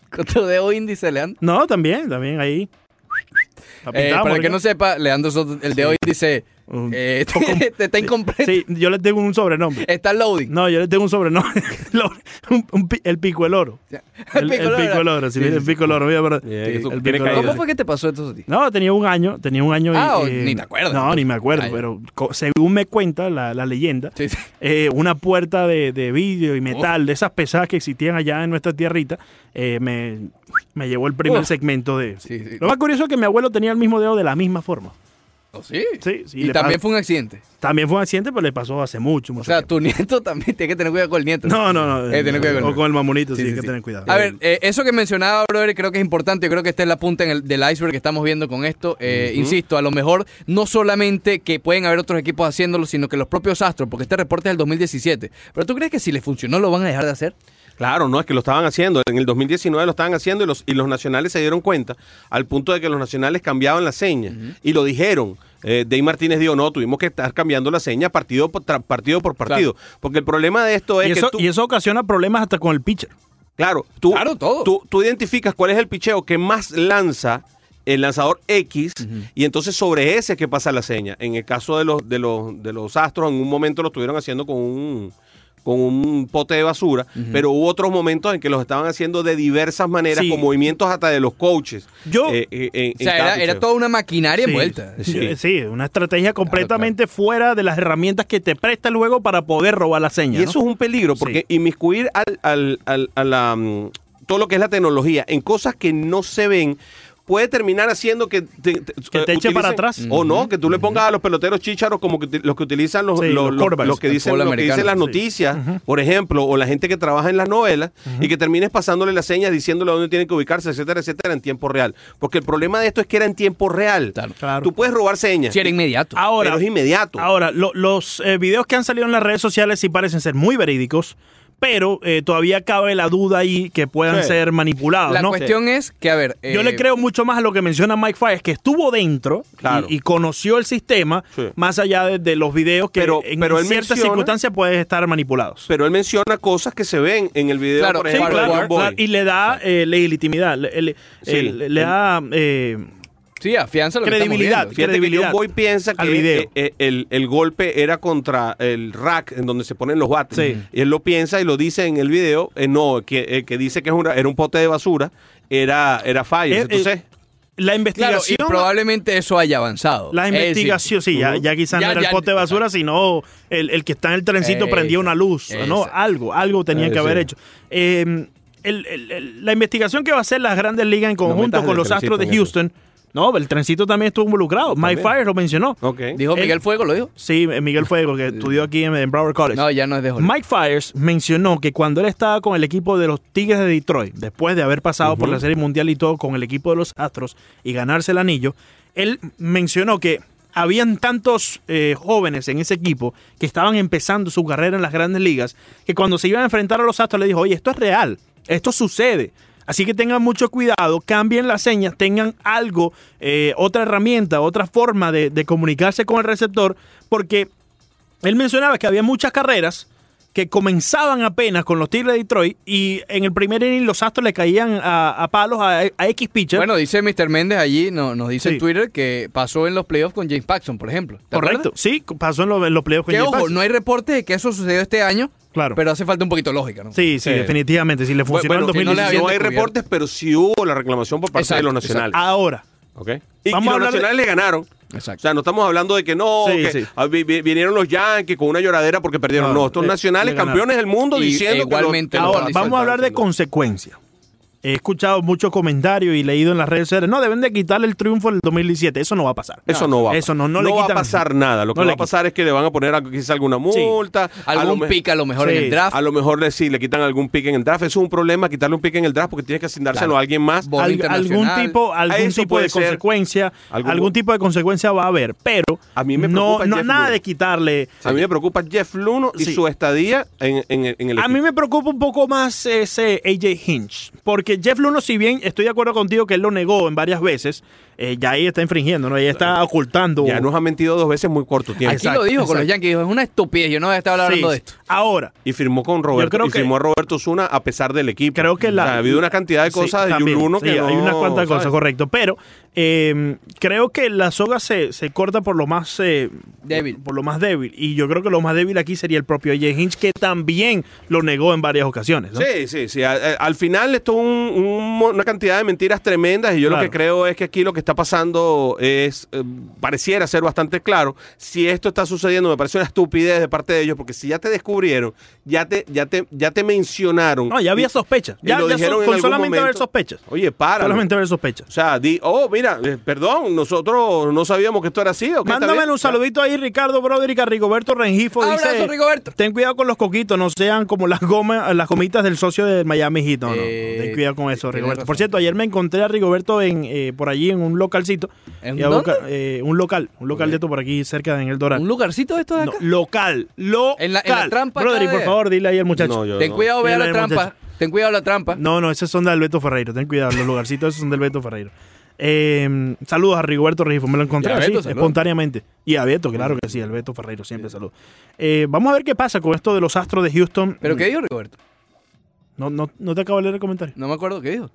[SPEAKER 1] con tu dedo índice, Leandro?
[SPEAKER 2] No, también, también ahí. La
[SPEAKER 1] Eh,
[SPEAKER 2] pintábamos,
[SPEAKER 1] para el que
[SPEAKER 2] Ricardo.
[SPEAKER 1] no sepa, Leandro Soto, el dedo índice
[SPEAKER 2] Un
[SPEAKER 1] eh, te está incompleto.
[SPEAKER 2] Sí, yo le tengo un sobrenombre.
[SPEAKER 1] Está loading.
[SPEAKER 2] No, yo le tengo un sobrenombre. Lo- un- un pi- el pico el oro. El, el pico el
[SPEAKER 1] Picolora.
[SPEAKER 2] oro, sí,
[SPEAKER 1] Sí,
[SPEAKER 2] el
[SPEAKER 1] sí,
[SPEAKER 2] pico el oro. mira, pero-
[SPEAKER 5] Yeah, que
[SPEAKER 2] el
[SPEAKER 5] tú-
[SPEAKER 2] pico
[SPEAKER 5] tiene
[SPEAKER 2] el oro.
[SPEAKER 5] caída.
[SPEAKER 1] ¿Cómo fue que te pasó esto a ti?
[SPEAKER 2] No, tenía un año, tenía un año y-
[SPEAKER 1] Ah, o-
[SPEAKER 2] y,
[SPEAKER 1] ni te acuerdas.
[SPEAKER 2] No, ni me acuerdo,
[SPEAKER 1] Ah, ya.
[SPEAKER 2] pero co- según me cuenta la, la leyenda,
[SPEAKER 1] Sí, sí.
[SPEAKER 2] eh, una puerta de, de vidrio y metal, de esas pesadas que existían allá en nuestra tierrita, eh, me, me llevó el primer
[SPEAKER 1] Uf.
[SPEAKER 2] segmento de...
[SPEAKER 1] Sí, sí.
[SPEAKER 2] Lo más curioso es que mi abuelo tenía el mismo dedo de la misma forma.
[SPEAKER 1] ¿O sí?
[SPEAKER 2] Sí, sí,
[SPEAKER 1] Y
[SPEAKER 2] le
[SPEAKER 1] también
[SPEAKER 2] pasa-
[SPEAKER 1] fue un accidente.
[SPEAKER 2] También fue un accidente, pero le pasó hace mucho, mucho
[SPEAKER 1] O sea,
[SPEAKER 2] tiempo.
[SPEAKER 1] tu nieto también tiene que tener cuidado con el nieto.
[SPEAKER 2] No, no, no.
[SPEAKER 1] Eh, tener cuidado
[SPEAKER 2] o con el mamonito, sí,
[SPEAKER 1] Sí,
[SPEAKER 2] hay
[SPEAKER 1] sí,
[SPEAKER 2] que
[SPEAKER 1] sí.
[SPEAKER 2] tener cuidado.
[SPEAKER 1] A ver, eh, eso que mencionaba, brother, creo que es importante. Yo creo que esta es la punta en el- del iceberg que estamos viendo con esto. Eh, Insisto, a lo mejor no solamente que pueden haber otros equipos haciéndolo, sino que los propios Astros, porque este reporte es del 2017. Pero ¿tú crees que si les funcionó lo van a dejar de hacer?
[SPEAKER 5] Claro, no, es que lo estaban haciendo. En el 2019 lo estaban haciendo y los, y los nacionales se dieron cuenta al punto de que los nacionales cambiaban la seña y lo dijeron. Eh, Dave Martínez dijo, no, tuvimos que estar cambiando la seña partido por, tra- partido, por partido. Porque el problema de esto es
[SPEAKER 2] y, eso,
[SPEAKER 5] que tú,
[SPEAKER 2] y eso ocasiona problemas hasta con el pitcher.
[SPEAKER 5] claro, tú,
[SPEAKER 1] Claro, todo.
[SPEAKER 5] Tú, tú identificas cuál es el picheo que más lanza el lanzador X y entonces sobre ese es que pasa la seña. En el caso de los, de los, de los astros, en un momento lo estuvieron haciendo con un con un pote de basura, pero hubo otros momentos en que los estaban haciendo de diversas maneras,
[SPEAKER 2] Sí.
[SPEAKER 5] con movimientos hasta de los coaches.
[SPEAKER 2] Yo-
[SPEAKER 5] eh, eh, en-
[SPEAKER 1] O sea,
[SPEAKER 5] en cada
[SPEAKER 1] era, era
[SPEAKER 5] picheo.
[SPEAKER 1] toda una maquinaria
[SPEAKER 2] Sí,
[SPEAKER 1] envuelta.
[SPEAKER 2] Sí. sí, una estrategia completamente fuera de las herramientas que te presta luego para poder robar la seña.
[SPEAKER 5] Y
[SPEAKER 2] ¿no?
[SPEAKER 5] eso es un peligro, porque inmiscuir al, al- al- a la, mm, todo lo que es la tecnología en cosas que no se ven puede terminar haciendo que te,
[SPEAKER 2] Que te eche
[SPEAKER 5] utilicen-
[SPEAKER 2] para atrás.
[SPEAKER 5] O no, que tú le pongas a los peloteros chícharos como que, uti- los que utilizan los,
[SPEAKER 2] Sí,
[SPEAKER 5] los-
[SPEAKER 2] los
[SPEAKER 5] los-
[SPEAKER 2] quarterbacks,
[SPEAKER 5] los que,
[SPEAKER 1] el
[SPEAKER 5] dicen,
[SPEAKER 1] fútbol
[SPEAKER 5] los que dicen las
[SPEAKER 1] americano,
[SPEAKER 5] noticias, por ejemplo, o la gente que trabaja en las novelas y que termines pasándole las señas, diciéndole dónde tienen que ubicarse, etcétera, etcétera, en tiempo real. Porque el problema de esto es que era en tiempo real.
[SPEAKER 1] Claro.
[SPEAKER 2] Claro.
[SPEAKER 5] Tú puedes robar señas.
[SPEAKER 1] Si era inmediato.
[SPEAKER 2] Ahora,
[SPEAKER 5] pero es inmediato.
[SPEAKER 2] Ahora, lo- los eh, videos que han salido en las redes sociales sí parecen ser muy verídicos, pero eh, todavía cabe la duda ahí que puedan
[SPEAKER 5] Sí.
[SPEAKER 2] ser manipulados.
[SPEAKER 1] la
[SPEAKER 2] ¿no?
[SPEAKER 1] cuestión es que, a ver.
[SPEAKER 2] Yo
[SPEAKER 1] eh,
[SPEAKER 2] le creo mucho más a lo que menciona Mike Fires, que estuvo dentro y-
[SPEAKER 5] Claro.
[SPEAKER 2] y, conoció el sistema,
[SPEAKER 5] Sí.
[SPEAKER 2] más allá de, de los videos que
[SPEAKER 5] Pero-
[SPEAKER 2] en
[SPEAKER 5] pero él
[SPEAKER 2] ciertas
[SPEAKER 5] menciona-
[SPEAKER 2] circunstancias pueden estar manipulados.
[SPEAKER 5] Pero él menciona cosas que se ven en el video,
[SPEAKER 1] Claro,
[SPEAKER 5] por
[SPEAKER 1] sí,
[SPEAKER 5] ejemplo, de
[SPEAKER 1] claro,
[SPEAKER 5] John Boy.
[SPEAKER 2] y le da eh, legitimidad, le, le-
[SPEAKER 5] Sí.
[SPEAKER 2] eh, le- le da... eh,
[SPEAKER 1] Sí, afianza lo que estamos
[SPEAKER 2] Credibilidad.
[SPEAKER 1] viendo.
[SPEAKER 5] Fíjate que
[SPEAKER 2] credibilidad
[SPEAKER 5] John Boy piensa que
[SPEAKER 2] al video.
[SPEAKER 5] eh, eh, el, el golpe era contra el rack en donde se ponen los bates.
[SPEAKER 2] Sí.
[SPEAKER 5] Y él lo piensa y lo dice en el video. eh, no, que, eh, que dice que es una- era un pote de basura, era, era fallo.
[SPEAKER 2] Eh,
[SPEAKER 5] Entonces,
[SPEAKER 2] eh, la
[SPEAKER 1] Claro, y
[SPEAKER 2] investigación.
[SPEAKER 1] probablemente eso haya avanzado.
[SPEAKER 2] la
[SPEAKER 1] Es decir,
[SPEAKER 2] investigación, sí, ya,
[SPEAKER 1] ujú.
[SPEAKER 2] ya quizás
[SPEAKER 1] Ya-
[SPEAKER 2] no era
[SPEAKER 1] ya-
[SPEAKER 2] el pote de basura, sino el, el que está en el trencito
[SPEAKER 1] Exacto.
[SPEAKER 2] prendía una luz, ¿no?
[SPEAKER 1] Exacto.
[SPEAKER 2] Algo, algo tenía que
[SPEAKER 5] Eh,
[SPEAKER 2] haber
[SPEAKER 5] sí.
[SPEAKER 2] hecho. Eh, el- el- el- la investigación que va a hacer las grandes ligas en
[SPEAKER 5] metas
[SPEAKER 2] conjunto con
[SPEAKER 5] el
[SPEAKER 2] los
[SPEAKER 5] trencito
[SPEAKER 2] Astros de
[SPEAKER 5] en eso.
[SPEAKER 2] Houston, no, el trencito también estuvo involucrado. Mike
[SPEAKER 5] También.
[SPEAKER 2] Fires lo mencionó.
[SPEAKER 5] ok.
[SPEAKER 1] Dijo
[SPEAKER 2] Él-
[SPEAKER 1] Miguel Fuego, lo dijo.
[SPEAKER 2] Sí, eh, Miguel Fuego, que estudió aquí en, en Broward College.
[SPEAKER 1] No, ya no es de Hollywood.
[SPEAKER 2] Pues, Mike Fires mencionó que cuando él estaba con el equipo de los Tigres de Detroit, después de haber pasado por la Serie Mundial y todo con el equipo de los Astros y ganarse el anillo, él mencionó que habían tantos eh, jóvenes en ese equipo que estaban empezando su carrera en las grandes ligas, que cuando se iban a enfrentar a los Astros le dijo, oye, esto es real, esto sucede. Así que tengan mucho cuidado, cambien las señas, tengan algo, eh, otra herramienta, otra forma de, de comunicarse con el receptor, porque él mencionaba que había muchas carreras que comenzaban apenas con los Tigres de Detroit y en el primer inning los Astros le caían a, a palos a, a X pitcher.
[SPEAKER 1] Bueno, dice Mr. Méndez allí, no, nos dice
[SPEAKER 2] Sí.
[SPEAKER 1] en Twitter que pasó en los playoffs con James Paxson, por ejemplo. ¿Te
[SPEAKER 2] correcto.
[SPEAKER 1] acuerdas?
[SPEAKER 2] Sí, pasó en los, en los playoffs con
[SPEAKER 1] Que
[SPEAKER 2] Jay
[SPEAKER 1] ojo,
[SPEAKER 2] Paxson.
[SPEAKER 1] no hay reporte de que eso sucedió este año,
[SPEAKER 2] Claro.
[SPEAKER 1] pero hace falta un poquito de lógica, ¿no?
[SPEAKER 2] Sí, sí,
[SPEAKER 5] Sí.
[SPEAKER 2] definitivamente. Si le
[SPEAKER 5] Bu-
[SPEAKER 2] funcionó en
[SPEAKER 5] eh, bueno,
[SPEAKER 2] 2016.
[SPEAKER 5] no,
[SPEAKER 1] le habían
[SPEAKER 5] hay
[SPEAKER 1] descubierto.
[SPEAKER 5] reportes, pero sí hubo la reclamación por parte
[SPEAKER 1] Exacto,
[SPEAKER 5] de los
[SPEAKER 1] exacto.
[SPEAKER 5] nacionales.
[SPEAKER 2] Ahora,
[SPEAKER 5] ¿ok? Y, y
[SPEAKER 2] Ah, Vamos a
[SPEAKER 5] los
[SPEAKER 2] hablar de-
[SPEAKER 5] nacionales le ganaron.
[SPEAKER 1] Exacto.
[SPEAKER 5] O sea, no estamos hablando de que no,
[SPEAKER 2] Sí,
[SPEAKER 5] que
[SPEAKER 2] sí.
[SPEAKER 5] ah, vi- vi- vinieron los Yankees con una lloradera porque perdieron.
[SPEAKER 2] No,
[SPEAKER 5] No, estos
[SPEAKER 2] le- le
[SPEAKER 5] nacionales
[SPEAKER 2] ganaron.
[SPEAKER 5] campeones del mundo
[SPEAKER 1] Y
[SPEAKER 5] diciendo que
[SPEAKER 1] igualmente
[SPEAKER 5] los-
[SPEAKER 1] lo
[SPEAKER 2] ahora
[SPEAKER 1] están
[SPEAKER 2] vamos a hablar de
[SPEAKER 5] diciendo.
[SPEAKER 2] consecuencias. He escuchado muchos comentarios y leído en las redes sociales. No, deben de quitarle el triunfo del 2017. Eso no va a pasar.
[SPEAKER 5] Eso no va. a
[SPEAKER 2] Eso
[SPEAKER 5] pasar.
[SPEAKER 2] no, no, le
[SPEAKER 5] va a
[SPEAKER 2] quitan-
[SPEAKER 5] pasar nada. Lo que
[SPEAKER 2] No
[SPEAKER 5] va
[SPEAKER 2] le
[SPEAKER 5] a pasar es que le van a poner a- quizás alguna multa. a lo
[SPEAKER 1] Algún
[SPEAKER 5] me-
[SPEAKER 1] pick a lo mejor en
[SPEAKER 2] Sí.
[SPEAKER 1] el draft.
[SPEAKER 5] A lo mejor le, sí, le quitan algún pick en el draft. Eso es un problema, quitarle un pick en el draft porque tienes que asignárselo
[SPEAKER 1] Claro.
[SPEAKER 5] a alguien más.
[SPEAKER 1] Bo- Bono
[SPEAKER 2] Al- algún
[SPEAKER 1] internacional.
[SPEAKER 2] tipo, algún
[SPEAKER 5] Eso
[SPEAKER 2] tipo de
[SPEAKER 5] puede ser.
[SPEAKER 2] consecuencia,
[SPEAKER 5] Algún-
[SPEAKER 2] algún, tipo de consecuencia va a haber, pero
[SPEAKER 5] A mí me
[SPEAKER 2] no,
[SPEAKER 5] preocupa
[SPEAKER 2] no-
[SPEAKER 5] Jeff
[SPEAKER 2] nada
[SPEAKER 5] Luno.
[SPEAKER 2] de quitarle.
[SPEAKER 5] A mí me preocupa Jeff Luno y
[SPEAKER 2] Sí.
[SPEAKER 5] su estadía en, en- en el
[SPEAKER 2] A
[SPEAKER 5] equipo.
[SPEAKER 2] mí me preocupa un poco más ese AJ Hinch, porque Jeff Luno, si bien estoy de acuerdo contigo que él lo negó en varias veces, eh, ya ahí está infringiendo, no, ya está ocultando.
[SPEAKER 5] Ya nos ha mentido dos veces en muy corto tiempo.
[SPEAKER 1] Aquí
[SPEAKER 2] Exacto,
[SPEAKER 1] lo dijo con los
[SPEAKER 2] exacto.
[SPEAKER 1] Yankees, dijo, es una estupidez, yo no voy a estar
[SPEAKER 2] Sí,
[SPEAKER 1] hablando de esto.
[SPEAKER 2] Ahora,
[SPEAKER 5] Y firmó con Roberto.
[SPEAKER 2] creo
[SPEAKER 5] y
[SPEAKER 2] que-
[SPEAKER 5] firmó a Roberto Zuna a pesar del equipo.
[SPEAKER 2] creo que
[SPEAKER 5] O
[SPEAKER 2] la.
[SPEAKER 5] sea, ha habido una cantidad de cosas de
[SPEAKER 2] también,
[SPEAKER 5] Yuluno que
[SPEAKER 2] sí, Hay
[SPEAKER 5] no-
[SPEAKER 2] unas cuantas cosas,
[SPEAKER 5] ¿sabes?
[SPEAKER 2] correcto. Pero eh, creo que la soga se, se corta por lo más. eh,
[SPEAKER 1] Débil.
[SPEAKER 2] Por lo más débil. Y yo creo que lo más débil aquí sería el propio Jay Hinch, que también lo negó en varias ocasiones. ¿no?
[SPEAKER 5] Sí, sí, sí. A- a- Al, final esto es un- un mo- una cantidad de mentiras tremendas y yo lo
[SPEAKER 2] Claro.
[SPEAKER 5] que creo es que aquí lo que está pasando es, eh, pareciera ser bastante claro. Si esto está sucediendo, me parece una estupidez de parte de ellos, porque si ya te descubrieron, ya te, ya te, ya te mencionaron.
[SPEAKER 2] No, ya había sospechas.
[SPEAKER 5] y
[SPEAKER 2] Ya,
[SPEAKER 5] lo
[SPEAKER 2] ya
[SPEAKER 5] dijeron
[SPEAKER 2] so-
[SPEAKER 5] en
[SPEAKER 2] con
[SPEAKER 5] algún
[SPEAKER 2] solamente haber
[SPEAKER 5] momento.
[SPEAKER 2] sospechas.
[SPEAKER 5] Oye, para.
[SPEAKER 2] Solamente haber sospechas.
[SPEAKER 5] O sea, di, oh, mira, eh, perdón, nosotros no sabíamos que esto era así. ¿o qué? ¿Está
[SPEAKER 2] Mándamele
[SPEAKER 5] bien?
[SPEAKER 2] un saludito ahí, Ricardo Broderick, a Rigoberto Rengifo.
[SPEAKER 1] Abrazo,
[SPEAKER 2] dice,
[SPEAKER 1] Rigoberto.
[SPEAKER 2] Ten cuidado con los coquitos, no sean como las gomas, las gomitas del socio del Miami Heat. No, no, no,
[SPEAKER 1] Eh,
[SPEAKER 2] ten cuidado con eso,
[SPEAKER 1] tienes
[SPEAKER 2] Rigoberto.
[SPEAKER 1] razón.
[SPEAKER 2] Por cierto, ayer me encontré a Rigoberto en, eh, por allí en un localcito.
[SPEAKER 1] ¿En
[SPEAKER 2] Y a
[SPEAKER 1] dónde?
[SPEAKER 2] boca- eh, un local, un local de esto por aquí cerca de en el Doral.
[SPEAKER 1] ¿Un lugarcito de esto de
[SPEAKER 2] No,
[SPEAKER 1] acá?
[SPEAKER 2] local, local.
[SPEAKER 1] En la- en la trampa acá
[SPEAKER 2] Broderick, por
[SPEAKER 1] de-
[SPEAKER 2] favor, dile ahí al muchacho.
[SPEAKER 5] No, yo
[SPEAKER 1] Ten
[SPEAKER 5] no.
[SPEAKER 1] cuidado, vea
[SPEAKER 2] Mira,
[SPEAKER 1] la
[SPEAKER 2] mira,
[SPEAKER 1] trampa.
[SPEAKER 2] muchacho.
[SPEAKER 1] Ten cuidado la trampa.
[SPEAKER 2] No, no, esos son de Alberto Ferreiro. Ten cuidado, los lugarcitos esos son de Alberto Ferreiro. Eh, saludos a Rigoberto Regifo, me lo encontré
[SPEAKER 1] Y a
[SPEAKER 2] así,
[SPEAKER 1] Beto, saludos.
[SPEAKER 2] espontáneamente. Y a Beto, claro que sí, Alberto Ferreiro, siempre saludos. Eh, vamos a ver qué pasa con esto de los astros de Houston.
[SPEAKER 1] ¿Pero qué dijo Rigoberto?
[SPEAKER 2] No, no, no te acabo de leer el comentario.
[SPEAKER 1] No me acuerdo qué dijo.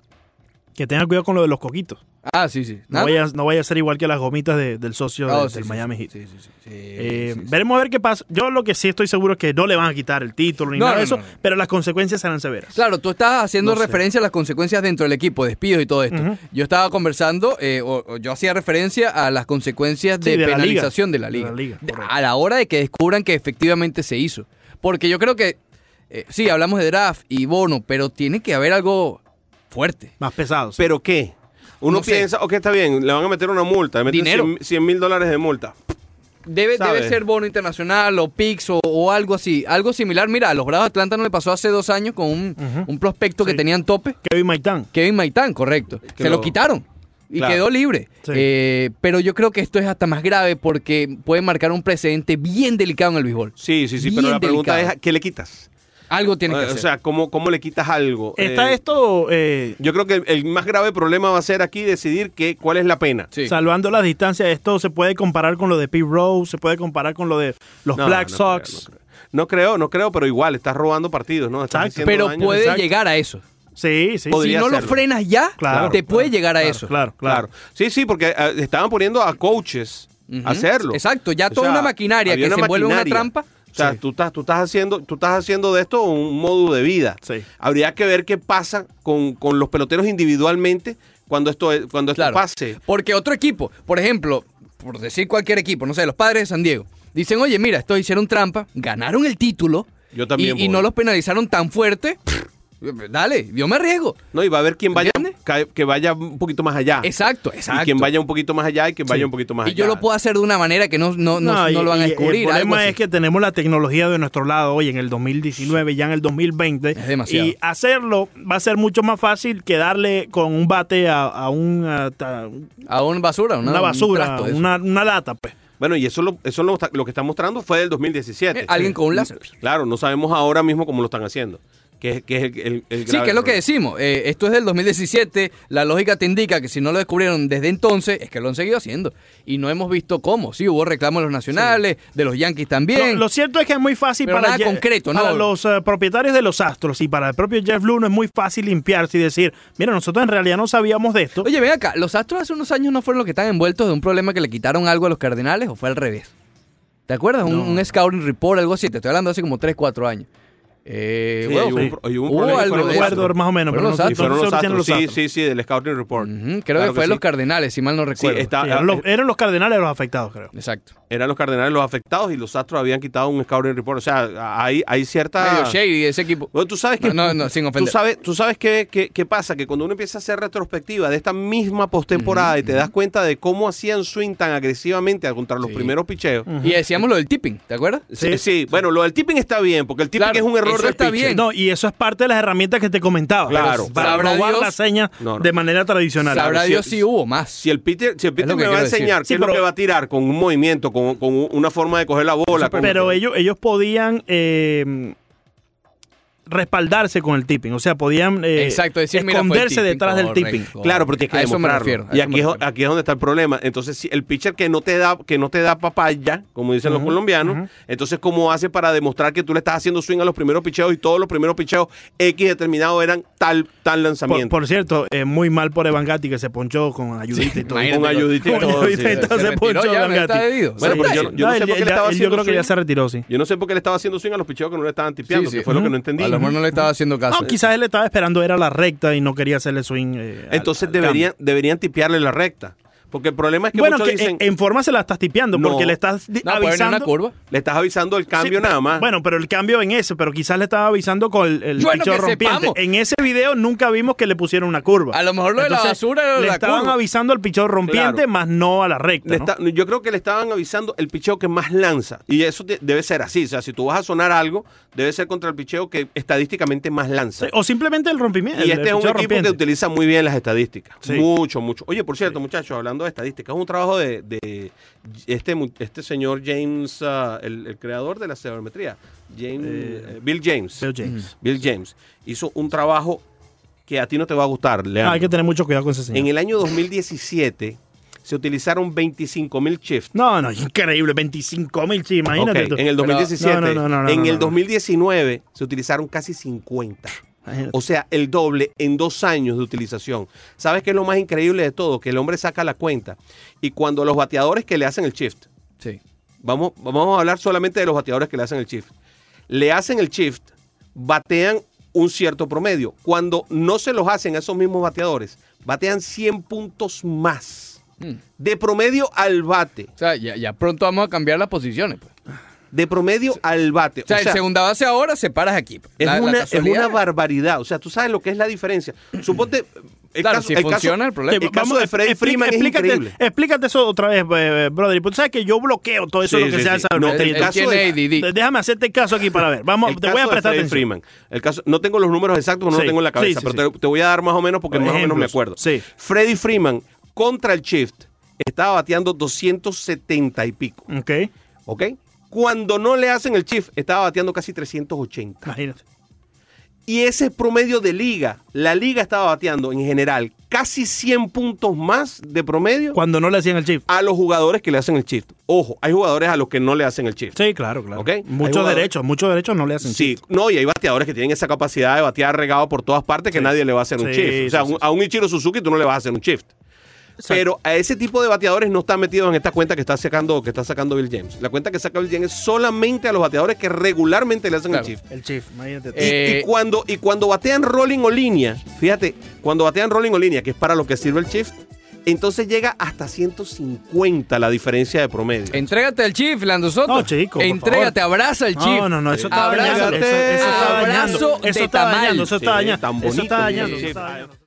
[SPEAKER 2] Que tengan cuidado con lo de los coquitos.
[SPEAKER 1] Ah, sí, sí.
[SPEAKER 2] No
[SPEAKER 1] ¿Nada?
[SPEAKER 2] vaya, no vaya a ser igual que las gomitas de- del socio
[SPEAKER 1] Ah,
[SPEAKER 2] de-
[SPEAKER 1] sí,
[SPEAKER 2] del
[SPEAKER 1] sí,
[SPEAKER 2] Miami
[SPEAKER 1] sí,
[SPEAKER 2] Heat.
[SPEAKER 1] Sí, sí, sí. sí,
[SPEAKER 2] Eh,
[SPEAKER 1] sí, sí.
[SPEAKER 2] Veremos a ver qué pasa. Yo lo que sí estoy seguro es que no le van a quitar el título ni
[SPEAKER 1] No,
[SPEAKER 2] nada
[SPEAKER 1] no,
[SPEAKER 2] de eso,
[SPEAKER 1] no, no.
[SPEAKER 2] pero las consecuencias serán severas.
[SPEAKER 1] Claro, tú estás haciendo
[SPEAKER 2] No sé.
[SPEAKER 1] referencia a las consecuencias dentro del equipo, despidos y todo esto.
[SPEAKER 2] Ujú.
[SPEAKER 1] Yo estaba conversando, eh, o, o yo hacía referencia a las consecuencias de,
[SPEAKER 2] Sí, de la
[SPEAKER 1] penalización
[SPEAKER 2] liga.
[SPEAKER 1] de la liga.
[SPEAKER 2] De la liga,
[SPEAKER 1] De-
[SPEAKER 2] correcto.
[SPEAKER 1] a la hora de que descubran que efectivamente se hizo. Porque yo creo que, eh, sí, hablamos de draft y bono, pero tiene que haber algo fuerte.
[SPEAKER 2] Más pesados.
[SPEAKER 5] ¿Pero qué? Uno
[SPEAKER 1] No sé.
[SPEAKER 5] piensa, ok, está bien, le van a meter una multa, le meten
[SPEAKER 1] Dinero.
[SPEAKER 5] 100 100 mil dólares de multa.
[SPEAKER 1] Debe,
[SPEAKER 5] ¿Sabe?
[SPEAKER 1] debe ser bono internacional o PIX o, o algo así. Algo similar. Mira, a los Bravos de Atlanta no le pasó hace dos años con un,
[SPEAKER 2] Ujú.
[SPEAKER 1] un prospecto que
[SPEAKER 2] Sí.
[SPEAKER 1] tenían tope.
[SPEAKER 2] Kevin Maitán.
[SPEAKER 1] Kevin Maitán, correcto.
[SPEAKER 5] Que
[SPEAKER 1] Se lo,
[SPEAKER 5] lo-
[SPEAKER 1] quitaron y
[SPEAKER 5] Claro.
[SPEAKER 1] quedó libre.
[SPEAKER 2] Sí.
[SPEAKER 1] Eh, pero yo creo que esto es hasta más grave porque puede marcar un precedente bien delicado en el béisbol.
[SPEAKER 5] Sí, sí, sí,
[SPEAKER 1] Bien
[SPEAKER 5] pero la pregunta
[SPEAKER 1] delicado.
[SPEAKER 5] es, ¿qué le quitas?
[SPEAKER 1] Algo tiene que
[SPEAKER 5] Eh,
[SPEAKER 1] hacer.
[SPEAKER 5] O sea, ¿cómo, cómo le quitas algo?
[SPEAKER 2] Está
[SPEAKER 5] Eh,
[SPEAKER 2] esto. eh,
[SPEAKER 5] Yo creo que el, el más grave problema va a ser aquí decidir que, cuál es la pena.
[SPEAKER 1] Sí.
[SPEAKER 2] Salvando las distancias, esto se puede comparar con lo de Pete Rose, se puede comparar con lo de los
[SPEAKER 5] No,
[SPEAKER 2] Black
[SPEAKER 5] no creo,
[SPEAKER 2] Sox.
[SPEAKER 5] no creo. No creo, no creo, pero igual, estás robando partidos, ¿no? Estás
[SPEAKER 2] Exacto.
[SPEAKER 5] haciendo
[SPEAKER 1] pero
[SPEAKER 5] daño.
[SPEAKER 1] puede
[SPEAKER 5] Exacto.
[SPEAKER 1] llegar a eso.
[SPEAKER 2] Sí, sí.
[SPEAKER 5] Podría
[SPEAKER 1] si no lo
[SPEAKER 5] hacerlo.
[SPEAKER 1] frenas ya,
[SPEAKER 2] Claro,
[SPEAKER 1] te puede
[SPEAKER 2] claro,
[SPEAKER 1] llegar a
[SPEAKER 2] claro,
[SPEAKER 1] eso.
[SPEAKER 2] Claro,
[SPEAKER 5] Claro.
[SPEAKER 2] claro.
[SPEAKER 5] Sí, sí, porque eh, estaban poniendo a coaches
[SPEAKER 1] Ujú.
[SPEAKER 5] a hacerlo.
[SPEAKER 1] Exacto, ya toda una maquinaria
[SPEAKER 5] había
[SPEAKER 1] que se vuelve una trampa.
[SPEAKER 5] O sea,
[SPEAKER 2] Sí.
[SPEAKER 5] tú, estás, tú, estás haciendo, tú estás haciendo de esto un modo de vida.
[SPEAKER 2] Sí.
[SPEAKER 5] Habría que ver qué pasa con, con los peloteros individualmente cuando esto, es- cuando esto
[SPEAKER 1] Claro.
[SPEAKER 5] pase.
[SPEAKER 1] Porque otro equipo, por ejemplo, por decir cualquier equipo, no sé, los padres de San Diego, dicen, oye, mira, estos hicieron trampa, ganaron el título
[SPEAKER 5] Yo también
[SPEAKER 1] y, y
[SPEAKER 5] voy.
[SPEAKER 1] no los penalizaron tan fuerte. Dale, yo me arriesgo.
[SPEAKER 5] No, y va a haber quien vaya,
[SPEAKER 1] ¿Entiendes?
[SPEAKER 5] ca- que vaya un poquito más allá.
[SPEAKER 1] Exacto,
[SPEAKER 5] Ah. Y
[SPEAKER 1] exacto.
[SPEAKER 5] quien vaya un poquito más allá y quien vaya
[SPEAKER 2] Sí.
[SPEAKER 5] un poquito más
[SPEAKER 1] y
[SPEAKER 5] allá.
[SPEAKER 1] yo lo puedo hacer de una manera que no, no, no,
[SPEAKER 2] y-
[SPEAKER 1] no lo van a
[SPEAKER 2] y
[SPEAKER 1] descubrir. algo
[SPEAKER 2] El problema
[SPEAKER 1] así.
[SPEAKER 2] es que tenemos la tecnología de nuestro lado hoy en el 2019, ya en el 2020.
[SPEAKER 1] Es demasiado.
[SPEAKER 2] Y hacerlo va a ser mucho más fácil que darle con un bate a, a un, a- a
[SPEAKER 1] A un basura, una,
[SPEAKER 2] una
[SPEAKER 1] un
[SPEAKER 2] basura,
[SPEAKER 1] trasto de eso.
[SPEAKER 2] una, una lata, pues.
[SPEAKER 5] Bueno, y eso lo, eso lo, está- lo que están mostrando fue del 2017.
[SPEAKER 1] Eh, alguien con un láser.
[SPEAKER 5] Claro, no sabemos ahora mismo cómo lo están haciendo. Que es, que es el, el- el
[SPEAKER 1] Sí,
[SPEAKER 5] grave
[SPEAKER 1] que es lo que
[SPEAKER 5] error.
[SPEAKER 1] decimos. eh, esto es del 2017. La lógica te indica que si no lo descubrieron desde entonces, es que lo han seguido haciendo. Y no hemos visto cómo. Sí, hubo reclamos de los nacionales, de los yanquis también.
[SPEAKER 2] Lo, lo cierto es que es muy fácil
[SPEAKER 1] Pero
[SPEAKER 2] para,
[SPEAKER 1] nada
[SPEAKER 2] Je-
[SPEAKER 1] concreto, ¿no?
[SPEAKER 2] para los eh, propietarios de los astros y para el propio Jeff Luno es muy fácil limpiarse y decir, mira, nosotros en realidad no sabíamos de esto.
[SPEAKER 1] Oye, ven acá. ¿Los astros hace unos años no fueron los que estaban envueltos de un problema que le quitaron algo a los cardenales o fue al revés? ¿Te acuerdas? Un, un scouting report, algo así. Te estoy hablando hace como 3, 4 años. Eh,
[SPEAKER 5] Sí,
[SPEAKER 1] bueno,
[SPEAKER 5] hay un
[SPEAKER 1] sí.
[SPEAKER 5] pro- hay un
[SPEAKER 1] Hubo
[SPEAKER 5] problema que
[SPEAKER 1] algo
[SPEAKER 5] fueron
[SPEAKER 1] de
[SPEAKER 5] los
[SPEAKER 1] eso.
[SPEAKER 2] Guardo, más o
[SPEAKER 1] Fueron
[SPEAKER 2] menos, pero
[SPEAKER 1] los
[SPEAKER 2] no sé.
[SPEAKER 5] Y
[SPEAKER 1] astros.
[SPEAKER 5] fueron los
[SPEAKER 2] Entonces, tienen
[SPEAKER 5] astros.
[SPEAKER 2] los
[SPEAKER 5] Sí,
[SPEAKER 2] astros.
[SPEAKER 5] sí, sí, del Scouting Report.
[SPEAKER 1] Ujú, Creo
[SPEAKER 5] Claro
[SPEAKER 1] que fue de
[SPEAKER 5] sí.
[SPEAKER 1] los cardenales, si mal no
[SPEAKER 5] Sí,
[SPEAKER 1] recuerdo.
[SPEAKER 5] está-
[SPEAKER 2] Sí, eran,
[SPEAKER 1] eh.
[SPEAKER 2] los, eran los cardenales los afectados, creo.
[SPEAKER 1] Exacto.
[SPEAKER 5] eran los cardenales los afectados y los astros habían quitado un Scouting Report. O sea, hay, hay cierta.
[SPEAKER 1] Medio shady ese equipo.
[SPEAKER 5] Bueno, tú sabes que.
[SPEAKER 1] No, no, no, sin
[SPEAKER 5] Tú
[SPEAKER 1] ofender.
[SPEAKER 5] sabes, tú sabes qué, qué- qué pasa, que cuando uno empieza a hacer retrospectiva de esta misma postemporada y te das cuenta de cómo hacían swing tan agresivamente contra los
[SPEAKER 1] Sí.
[SPEAKER 5] primeros picheos.
[SPEAKER 1] Y decíamos lo del tipping, ¿te acuerdas?
[SPEAKER 5] Sí, sí, bueno, lo del tipping está bien, porque el tipping
[SPEAKER 1] Claro,
[SPEAKER 5] es un error
[SPEAKER 1] eso
[SPEAKER 5] del
[SPEAKER 1] está
[SPEAKER 5] pitcher.
[SPEAKER 1] bien.
[SPEAKER 2] No, y eso es parte de las herramientas que te comentaba.
[SPEAKER 5] Claro.
[SPEAKER 2] Para- Para
[SPEAKER 1] Sabrá
[SPEAKER 2] robar
[SPEAKER 1] Dios-
[SPEAKER 2] las señas
[SPEAKER 5] No, no.
[SPEAKER 2] de manera tradicional.
[SPEAKER 1] Sabrá
[SPEAKER 5] si-
[SPEAKER 1] Dios si hubo más.
[SPEAKER 5] Si el pitcher, si el pitcher
[SPEAKER 1] lo que
[SPEAKER 5] me va a
[SPEAKER 1] quiero decir.
[SPEAKER 5] enseñar
[SPEAKER 2] Sí,
[SPEAKER 5] qué es
[SPEAKER 2] pero-
[SPEAKER 5] lo que va a tirar con un movimiento, con, con una forma de coger la bola. con-
[SPEAKER 2] Pero ellos, ellos podían eh, respaldarse con el tipping. O sea, podían eh,
[SPEAKER 1] Exacto, decir, mira, fue el
[SPEAKER 2] esconderse
[SPEAKER 1] tipping,
[SPEAKER 2] detrás del
[SPEAKER 1] correcto.
[SPEAKER 2] tipping.
[SPEAKER 5] Claro, porque hay que
[SPEAKER 1] A eso me
[SPEAKER 5] demostrarlo.
[SPEAKER 1] refiero, a
[SPEAKER 5] Y
[SPEAKER 1] eso me
[SPEAKER 5] aquí es,
[SPEAKER 1] refiero.
[SPEAKER 5] aquí es donde está el problema. Entonces, si el pitcher que no te da, que no te da papaya, como dicen los colombianos, entonces, ¿cómo hace para demostrar que tú le estás haciendo swing a los primeros picheos y todos los primeros picheos X determinados eran tal, tal
[SPEAKER 2] Por,
[SPEAKER 5] lanzamiento?
[SPEAKER 2] por cierto, eh, muy mal por Evan Gatti que se ponchó con ayudita y todo.
[SPEAKER 1] imagínate.
[SPEAKER 5] con ayudita y
[SPEAKER 2] Con
[SPEAKER 5] todo,
[SPEAKER 2] ayudita
[SPEAKER 5] sí.
[SPEAKER 2] y todo,
[SPEAKER 1] Se
[SPEAKER 2] se
[SPEAKER 1] retiró
[SPEAKER 2] ponchó
[SPEAKER 1] ya,
[SPEAKER 2] Evan
[SPEAKER 1] no está
[SPEAKER 2] Gatti.
[SPEAKER 1] debido. Bueno,
[SPEAKER 2] Sí,
[SPEAKER 1] pero yo-
[SPEAKER 5] yo no sé
[SPEAKER 2] él-
[SPEAKER 5] por qué le
[SPEAKER 2] él-
[SPEAKER 5] estaba
[SPEAKER 2] él- Yo
[SPEAKER 5] haciendo
[SPEAKER 2] creo que ya
[SPEAKER 5] swing.
[SPEAKER 2] se retiró, sí.
[SPEAKER 5] Yo no sé por qué le estaba haciendo swing a los picheos que no le estaban tipeando,
[SPEAKER 1] Sí, sí.
[SPEAKER 5] que fue lo que no entendí.
[SPEAKER 1] A lo mejor no le estaba haciendo caso.
[SPEAKER 2] No, quizás él estaba esperando, era la recta y no quería hacerle swing. eh, al-
[SPEAKER 5] Entonces
[SPEAKER 2] al
[SPEAKER 5] deberían,
[SPEAKER 2] cambio.
[SPEAKER 5] deberían tipearle la recta. Porque el problema es que
[SPEAKER 2] bueno,
[SPEAKER 5] muchos
[SPEAKER 2] que
[SPEAKER 5] dicen,
[SPEAKER 2] en, en forma se la estás tipeando
[SPEAKER 5] No.
[SPEAKER 2] porque le estás di-
[SPEAKER 1] No, puede venir
[SPEAKER 2] avisando.
[SPEAKER 1] una curva.
[SPEAKER 5] le estás avisando el cambio nada más.
[SPEAKER 2] Bueno, pero el cambio en ese, pero quizás le estaba avisando con el, el
[SPEAKER 1] Bueno,
[SPEAKER 2] picheo
[SPEAKER 1] que
[SPEAKER 2] rompiente.
[SPEAKER 1] sepamos.
[SPEAKER 2] En ese video nunca vimos que le pusieron una curva.
[SPEAKER 1] A lo mejor lo de la basura era
[SPEAKER 2] le
[SPEAKER 1] la
[SPEAKER 2] estaban
[SPEAKER 1] curva.
[SPEAKER 2] avisando al pichón rompiente,
[SPEAKER 5] Claro.
[SPEAKER 2] más no a la recta.
[SPEAKER 5] Le
[SPEAKER 2] ¿no?
[SPEAKER 5] está- yo creo que le estaban avisando el picheo que más lanza. Y eso te- debe ser así. O sea, si tú vas a sonar algo, debe ser contra el picheo que estadísticamente más lanza.
[SPEAKER 2] Sí, O simplemente el rompimiento.
[SPEAKER 5] y
[SPEAKER 2] el-
[SPEAKER 5] este
[SPEAKER 2] el
[SPEAKER 5] es un
[SPEAKER 2] picheo
[SPEAKER 5] equipo
[SPEAKER 2] rompiente.
[SPEAKER 5] que utiliza muy bien las estadísticas.
[SPEAKER 2] Sí.
[SPEAKER 5] Mucho, mucho. Oye, por cierto, muchachos, hablando de estadísticas, es un trabajo de, de este, mu- este señor James, ah, el, el creador de la sabermetría, James, eh, Bill James.
[SPEAKER 2] Bill James.
[SPEAKER 5] Bill James hizo un trabajo que a ti no te va a gustar,
[SPEAKER 2] Ah,
[SPEAKER 5] Leandro.
[SPEAKER 2] hay que tener mucho cuidado con ese señor.
[SPEAKER 5] En el año 2017 se utilizaron 25 mil shifts.
[SPEAKER 2] No, no, increíble. 25 mil, sí, imagínate
[SPEAKER 5] Ok,
[SPEAKER 2] tú.
[SPEAKER 5] En el
[SPEAKER 2] No,
[SPEAKER 5] 2017.
[SPEAKER 2] no, no, no,
[SPEAKER 5] en
[SPEAKER 2] no,
[SPEAKER 5] el
[SPEAKER 2] no.
[SPEAKER 5] 2019 se utilizaron casi 50.
[SPEAKER 2] Imagínate.
[SPEAKER 5] O sea, el doble en dos años de utilización. ¿Sabes qué es lo más increíble de todo? Que el hombre saca la cuenta. Y cuando los bateadores que le hacen el shift,
[SPEAKER 1] Sí.
[SPEAKER 5] vamos, vamos a hablar solamente de los bateadores que le hacen el shift, le hacen el shift, batean un cierto promedio. Cuando no se los hacen a esos mismos bateadores, batean 100 puntos más.
[SPEAKER 2] Mm.
[SPEAKER 5] De promedio al bate.
[SPEAKER 1] O sea, ya, ya pronto vamos a cambiar las posiciones. pues.
[SPEAKER 5] De promedio al bate.
[SPEAKER 1] O sea,
[SPEAKER 5] O sea,
[SPEAKER 1] el segunda base ahora se paras aquí. pues.
[SPEAKER 5] Es,
[SPEAKER 1] La- la
[SPEAKER 5] una, es
[SPEAKER 1] casualidad-
[SPEAKER 5] una barbaridad. O sea, tú sabes lo que es la diferencia. Suponte. El
[SPEAKER 1] Claro, si funciona el problema.
[SPEAKER 5] El
[SPEAKER 1] Sí,
[SPEAKER 5] caso de Freddy
[SPEAKER 2] explica-
[SPEAKER 5] Freeman es
[SPEAKER 2] explícate,
[SPEAKER 5] increíble.
[SPEAKER 2] Explícate eso otra vez, eh, brother. Pues tú sabes que yo bloqueo todo eso
[SPEAKER 5] Sí,
[SPEAKER 2] lo que
[SPEAKER 5] sí,
[SPEAKER 2] sea
[SPEAKER 5] sí.
[SPEAKER 2] esa
[SPEAKER 5] No,
[SPEAKER 1] Él-
[SPEAKER 5] el
[SPEAKER 1] él
[SPEAKER 5] caso
[SPEAKER 1] tiene
[SPEAKER 5] de-
[SPEAKER 1] ADD.
[SPEAKER 2] De- Déjame hacerte caso aquí para ver. Vamos,
[SPEAKER 5] El
[SPEAKER 2] te voy a
[SPEAKER 5] caso de
[SPEAKER 2] prestar
[SPEAKER 5] Freddie
[SPEAKER 2] atención.
[SPEAKER 5] Freeman. El caso, no tengo los números exactos porque no
[SPEAKER 2] Sí,
[SPEAKER 5] los tengo en la
[SPEAKER 2] sí,
[SPEAKER 5] cabeza,
[SPEAKER 2] sí,
[SPEAKER 5] pero
[SPEAKER 2] sí.
[SPEAKER 5] Te, te voy a dar más o menos porque más o menos me
[SPEAKER 2] Ejemplos,
[SPEAKER 5] acuerdo.
[SPEAKER 2] sí.
[SPEAKER 5] Freddy Freeman contra el Shift estaba bateando 270 y pico.
[SPEAKER 2] Ok,
[SPEAKER 5] ¿Ok? Cuando no le hacen el Shift estaba bateando casi 380.
[SPEAKER 2] imagínate.
[SPEAKER 5] Y ese es promedio de liga. La liga estaba bateando en general casi 100 puntos más de promedio.
[SPEAKER 2] Cuando no le hacían el chip.
[SPEAKER 5] a los jugadores que le hacen el shift. Ojo, hay jugadores a los que no le hacen el shift.
[SPEAKER 2] Sí, claro, claro.
[SPEAKER 5] Ok. Hay
[SPEAKER 2] Muchos
[SPEAKER 5] jugadores-
[SPEAKER 2] derechos, muchos derechos no le hacen
[SPEAKER 5] Sí,
[SPEAKER 2] shift.
[SPEAKER 5] no, y hay bateadores que tienen esa capacidad de batear regado por todas partes que
[SPEAKER 2] Sí.
[SPEAKER 5] nadie le va a hacer un
[SPEAKER 2] Sí,
[SPEAKER 5] shift. O sea,
[SPEAKER 2] sí, sí,
[SPEAKER 5] un- a un Ichiro Suzuki tú no le vas a hacer un shift. Pero a ese tipo de bateadores no están metidos en esta cuenta que está sacando que está sacando Bill James. La cuenta que saca Bill James es solamente a los bateadores que regularmente le hacen
[SPEAKER 1] Claro.
[SPEAKER 5] el shift.
[SPEAKER 2] El chip, imagínate.
[SPEAKER 5] Y, y
[SPEAKER 1] Eh,
[SPEAKER 5] cuando, y cuando batean rolling o línea, fíjate, cuando batean rolling o línea, que es para lo que sirve el shift, entonces llega hasta 150 la diferencia de promedio.
[SPEAKER 1] Entrégate al chief, Lando Soto.
[SPEAKER 2] No, chico, por
[SPEAKER 1] Entrégate, abraza al chief.
[SPEAKER 2] No, no, no, eso está
[SPEAKER 1] abraza,
[SPEAKER 2] dañando. Eso, eso está
[SPEAKER 1] abrazo
[SPEAKER 2] dañando.
[SPEAKER 1] de
[SPEAKER 2] Eso está
[SPEAKER 1] tamal.
[SPEAKER 2] dañando. Eso
[SPEAKER 5] Sí,
[SPEAKER 2] está dañando.
[SPEAKER 5] tan
[SPEAKER 2] Eso
[SPEAKER 5] bonito,
[SPEAKER 2] está
[SPEAKER 5] sí.
[SPEAKER 2] dañando. Eso
[SPEAKER 5] Sí.
[SPEAKER 2] está dañando.